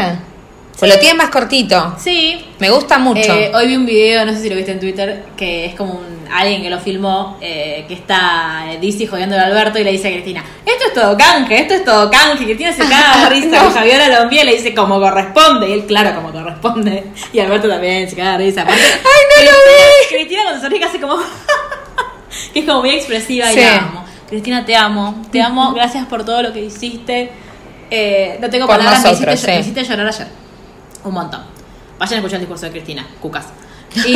Speaker 3: Pues lo tiene más cortito.
Speaker 2: Sí.
Speaker 3: Me gusta mucho.
Speaker 2: Eh, hoy vi un video, no sé si lo viste en Twitter, que es como un- alguien que lo filmó, eh, que está eh, Dizzy jodiendo a Alberto y le dice a Cristina, esto es todo canje, esto es todo canje, Cristina se caga de risa,
Speaker 3: No.
Speaker 2: y Javiola lo envía y le dice como corresponde, y él claro, como corresponde, y Alberto también se caga de risa. ¡Ay, no lo vi! Cristina cuando se ríe hace como... que es como muy expresiva y
Speaker 3: Sí.
Speaker 2: la amo. Cristina, te amo, te amo, gracias por todo lo que hiciste. Eh, no tengo
Speaker 3: Por
Speaker 2: palabras, me
Speaker 3: nosotros,
Speaker 2: hiciste-
Speaker 3: sí.
Speaker 2: me hiciste llorar ayer. Un montón. Vayan a escuchar el discurso de Cristina, cucas.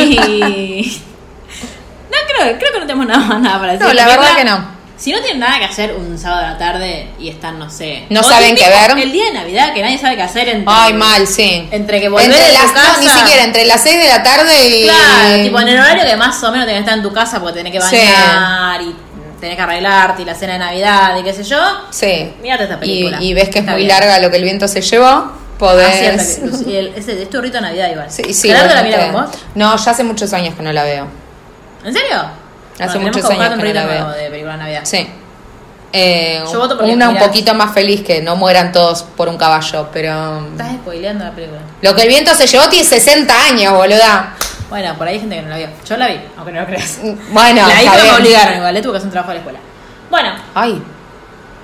Speaker 2: Y. no, creo, creo que no tenemos nada más nada para decir.
Speaker 3: No, la
Speaker 2: Porque
Speaker 3: verdad
Speaker 2: acá,
Speaker 3: que no.
Speaker 2: Si no tienen nada que hacer un sábado a la tarde y están, no sé.
Speaker 3: No
Speaker 2: o
Speaker 3: saben
Speaker 2: tipo,
Speaker 3: qué ver.
Speaker 2: El día de Navidad que nadie sabe qué hacer. Entre,
Speaker 3: Ay, mal, sí.
Speaker 2: Entre que volver
Speaker 3: Entre
Speaker 2: de
Speaker 3: las,
Speaker 2: tu casa-
Speaker 3: no, ni siquiera, entre las 6 de la tarde y.
Speaker 2: Claro, tipo en el horario que más o menos tenés que estar en tu casa porque tenés que
Speaker 3: Sí.
Speaker 2: bañar y tenés que arreglarte y la cena de Navidad y qué sé yo.
Speaker 3: Sí.
Speaker 2: Mírate esta
Speaker 3: Y,
Speaker 2: película.
Speaker 3: y ves que es
Speaker 2: Está
Speaker 3: muy
Speaker 2: bien.
Speaker 3: larga lo que el viento se llevó.
Speaker 2: Ah,
Speaker 3: Podés.
Speaker 2: cierto, que Lucía- el- ese- es tu rito de Navidad igual.
Speaker 3: Sí, sí,
Speaker 2: ¿Gerardo la
Speaker 3: obviamente.
Speaker 2: mira con vos?
Speaker 3: No, ya hace muchos años que no la veo.
Speaker 2: ¿En serio?
Speaker 3: Hace
Speaker 2: tenemos
Speaker 3: muchos
Speaker 2: que buscarte
Speaker 3: años
Speaker 2: un
Speaker 3: que no
Speaker 2: rito
Speaker 3: la veo.
Speaker 2: nuevo de película de Navidad.
Speaker 3: Sí. Eh,
Speaker 2: Yo voto por
Speaker 3: una un
Speaker 2: Mirás.
Speaker 3: poquito más feliz que no mueran todos por un caballo, pero.
Speaker 2: Estás spoileando la película.
Speaker 3: Lo que el viento se llevó tiene 60 años, boluda.
Speaker 2: Bueno, por ahí hay gente que no la vio. Yo la vi, aunque no lo creas.
Speaker 3: Bueno,
Speaker 2: la vi
Speaker 3: está
Speaker 2: pero me
Speaker 3: bien.
Speaker 2: obligaron igual, le tuve que hacer un trabajo a la escuela. Bueno,
Speaker 3: Ay,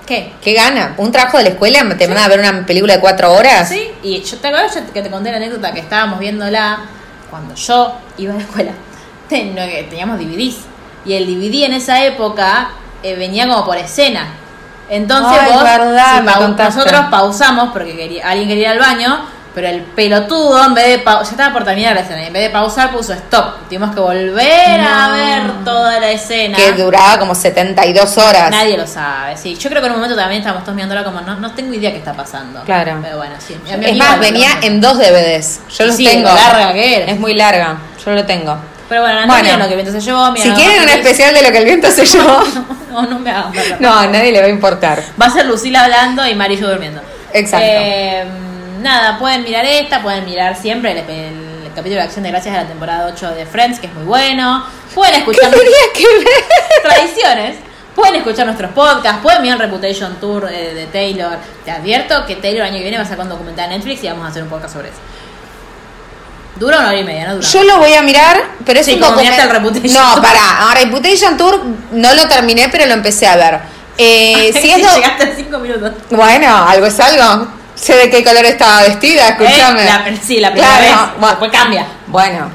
Speaker 2: ¿qué?
Speaker 3: qué gana. Un trabajo de la escuela, te van a ver una película de cuatro horas.
Speaker 2: Sí, y yo te acuerdas yo te- que te conté la anécdota que estábamos viéndola cuando yo iba a la escuela. Ten- no, que Teníamos DVDs. Y el DVD en esa época eh, venía como por escena. Entonces
Speaker 3: Ay,
Speaker 2: vos,
Speaker 3: verdad, me contaste.
Speaker 2: nosotros pausamos porque quería, alguien quería ir al baño, pero el pelotudo en vez de pausar, ya estaba por terminar la escena, y en vez de pausar puso stop. Tuvimos que volver a
Speaker 3: No.
Speaker 2: ver toda la escena.
Speaker 3: Que duraba como 72 horas.
Speaker 2: Nadie lo sabe, sí. Yo creo que en un momento también estábamos todos mirándola como no, no tengo idea qué está pasando.
Speaker 3: Claro.
Speaker 2: Pero bueno, sí. A mi
Speaker 3: Es
Speaker 2: amiga
Speaker 3: más,
Speaker 2: le
Speaker 3: venía
Speaker 2: pregunto.
Speaker 3: en dos DVDs. Yo los
Speaker 2: Sí,
Speaker 3: tengo.
Speaker 2: lo larga que era.
Speaker 3: Es muy larga. Yo lo tengo.
Speaker 2: Pero bueno, no
Speaker 3: Bueno.
Speaker 2: bueno, lo que el viento se llevó. mi
Speaker 3: si
Speaker 2: mamá
Speaker 3: quieren un
Speaker 2: feliz.
Speaker 3: especial de lo que el viento se llevó,
Speaker 2: No, no me hagan verlo.
Speaker 3: no, a nadie le va a importar.
Speaker 2: Va a ser Lucila hablando y Marillo durmiendo.
Speaker 3: Exacto.
Speaker 2: Eh, nada, pueden mirar esta, pueden mirar siempre el, el capítulo de Acción de Gracias de la temporada 8 de Friends, que es muy bueno. Pueden escuchar
Speaker 3: Tenía que ver.
Speaker 2: tradiciones. Pueden escuchar nuestros podcasts, pueden mirar Reputation Tour eh, de Taylor. Te advierto que Taylor el año que viene va a sacar un documental en Netflix y vamos a hacer un podcast sobre eso. Dura una hora y media, ¿no? Dura.
Speaker 3: Yo lo voy a mirar, pero es
Speaker 2: Sí,
Speaker 3: un
Speaker 2: como
Speaker 3: document-
Speaker 2: miraste el Reputation
Speaker 3: No,
Speaker 2: Tour.
Speaker 3: pará. A Reputation Tour no lo terminé, pero lo empecé a ver. Eh, si es do-
Speaker 2: Llegaste a 5 minutos.
Speaker 3: Bueno, algo es algo. Sé de qué color estaba vestida, escúchame.
Speaker 2: Eh, la- sí, la primera vez.
Speaker 3: bu-
Speaker 2: Después cambia.
Speaker 3: Bueno.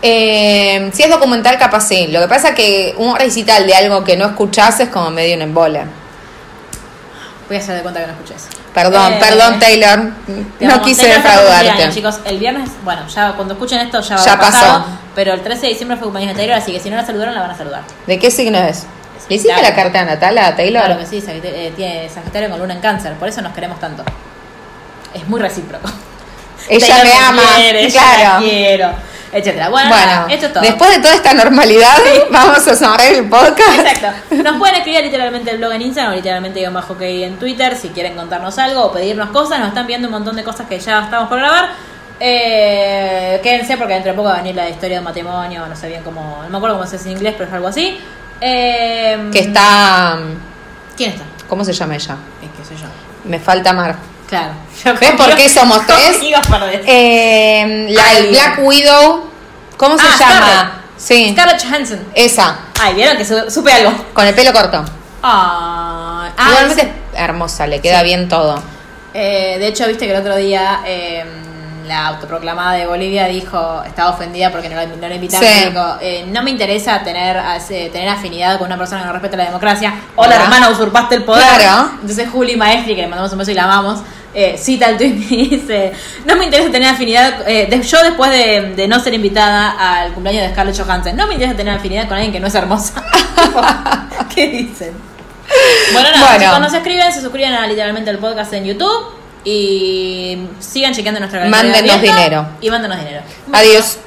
Speaker 3: Eh, si es documental, capaz sí. Lo que pasa que un recital de algo que no escuchás es como medio un embole.
Speaker 2: Voy a hacer de cuenta que no escuché eso.
Speaker 3: Perdón,
Speaker 2: Eh,
Speaker 3: perdón, Taylor.
Speaker 2: te
Speaker 3: No
Speaker 2: amo.
Speaker 3: quise
Speaker 2: Taylor fue cumpleaños,
Speaker 3: defraudarte.
Speaker 2: chicos, el viernes, bueno, ya cuando escuchen esto ya,
Speaker 3: Ya
Speaker 2: habrá pasado,
Speaker 3: pasó.
Speaker 2: Pero el 13 de diciembre fue cumpleaños de Taylor, así que si no la saludaron, la van a saludar.
Speaker 3: ¿De qué signo es? ¿Le hiciste
Speaker 2: Sagitario.
Speaker 3: la carta a Natala, a Taylor?
Speaker 2: Claro que sí, Sagit- eh, tiene Sagitario con luna en cáncer, por eso nos queremos tanto. Es muy recíproco.
Speaker 3: Ella
Speaker 2: Taylor
Speaker 3: me ama.
Speaker 2: quiere, yo la
Speaker 3: claro.
Speaker 2: quiero, etcétera. Bueno,
Speaker 3: Bueno,
Speaker 2: nada, esto es todo.
Speaker 3: después de toda esta normalidad, vamos a cerrar el podcast.
Speaker 2: Exacto. Nos pueden escribir literalmente el blog en Instagram o literalmente guión bajo que en Twitter si quieren contarnos algo o pedirnos cosas. Nos están viendo un montón de cosas que ya estamos por grabar. Eh, quédense porque dentro de poco va a venir la historia de un matrimonio, no sé bien cómo, no me acuerdo cómo se dice en inglés, pero es algo así. Eh,
Speaker 3: Que está.
Speaker 2: ¿Quién está?
Speaker 3: ¿Cómo se llama ella?
Speaker 2: Es que sé yo.
Speaker 3: Me falta amar.
Speaker 2: Claro.
Speaker 3: ¿Ves por qué somos tres?
Speaker 2: Conmigo perdés.
Speaker 3: Eh, la
Speaker 2: Ay.
Speaker 3: del Black Widow. ¿Cómo
Speaker 2: Ah,
Speaker 3: se llama?
Speaker 2: Scarlett.
Speaker 3: Sí.
Speaker 2: Scarlett Johansson.
Speaker 3: Esa.
Speaker 2: Ay, vieron que su- supe algo.
Speaker 3: Con el pelo corto.
Speaker 2: Ah, ah,
Speaker 3: Igualmente es hermosa, le queda bien todo.
Speaker 2: Eh, de hecho, viste que el otro día eh, la autoproclamada de Bolivia dijo, estaba ofendida porque no la, no la invitaron.
Speaker 3: Sí.
Speaker 2: y dijo, eh, no me interesa tener, as- eh, tener afinidad con una persona que no respeta la democracia. Hola,
Speaker 3: Claro.
Speaker 2: hermana, usurpaste el poder.
Speaker 3: Claro.
Speaker 2: Entonces Juli Maestri, que le mandamos un beso y la amamos, eh, cita el tweet y dice, no me interesa tener afinidad, eh, de- yo después de, de no ser invitada al cumpleaños de Scarlett Johansson, no me interesa tener afinidad con alguien que no es hermosa. ¿Qué dicen? Bueno, nada,
Speaker 3: Bueno.
Speaker 2: chicos, nos escriben, se suscriben a literalmente el podcast en YouTube y sigan chequeando nuestra galería de
Speaker 3: Mándenos
Speaker 2: abierta
Speaker 3: dinero.
Speaker 2: Y mándenos dinero.
Speaker 3: Adiós.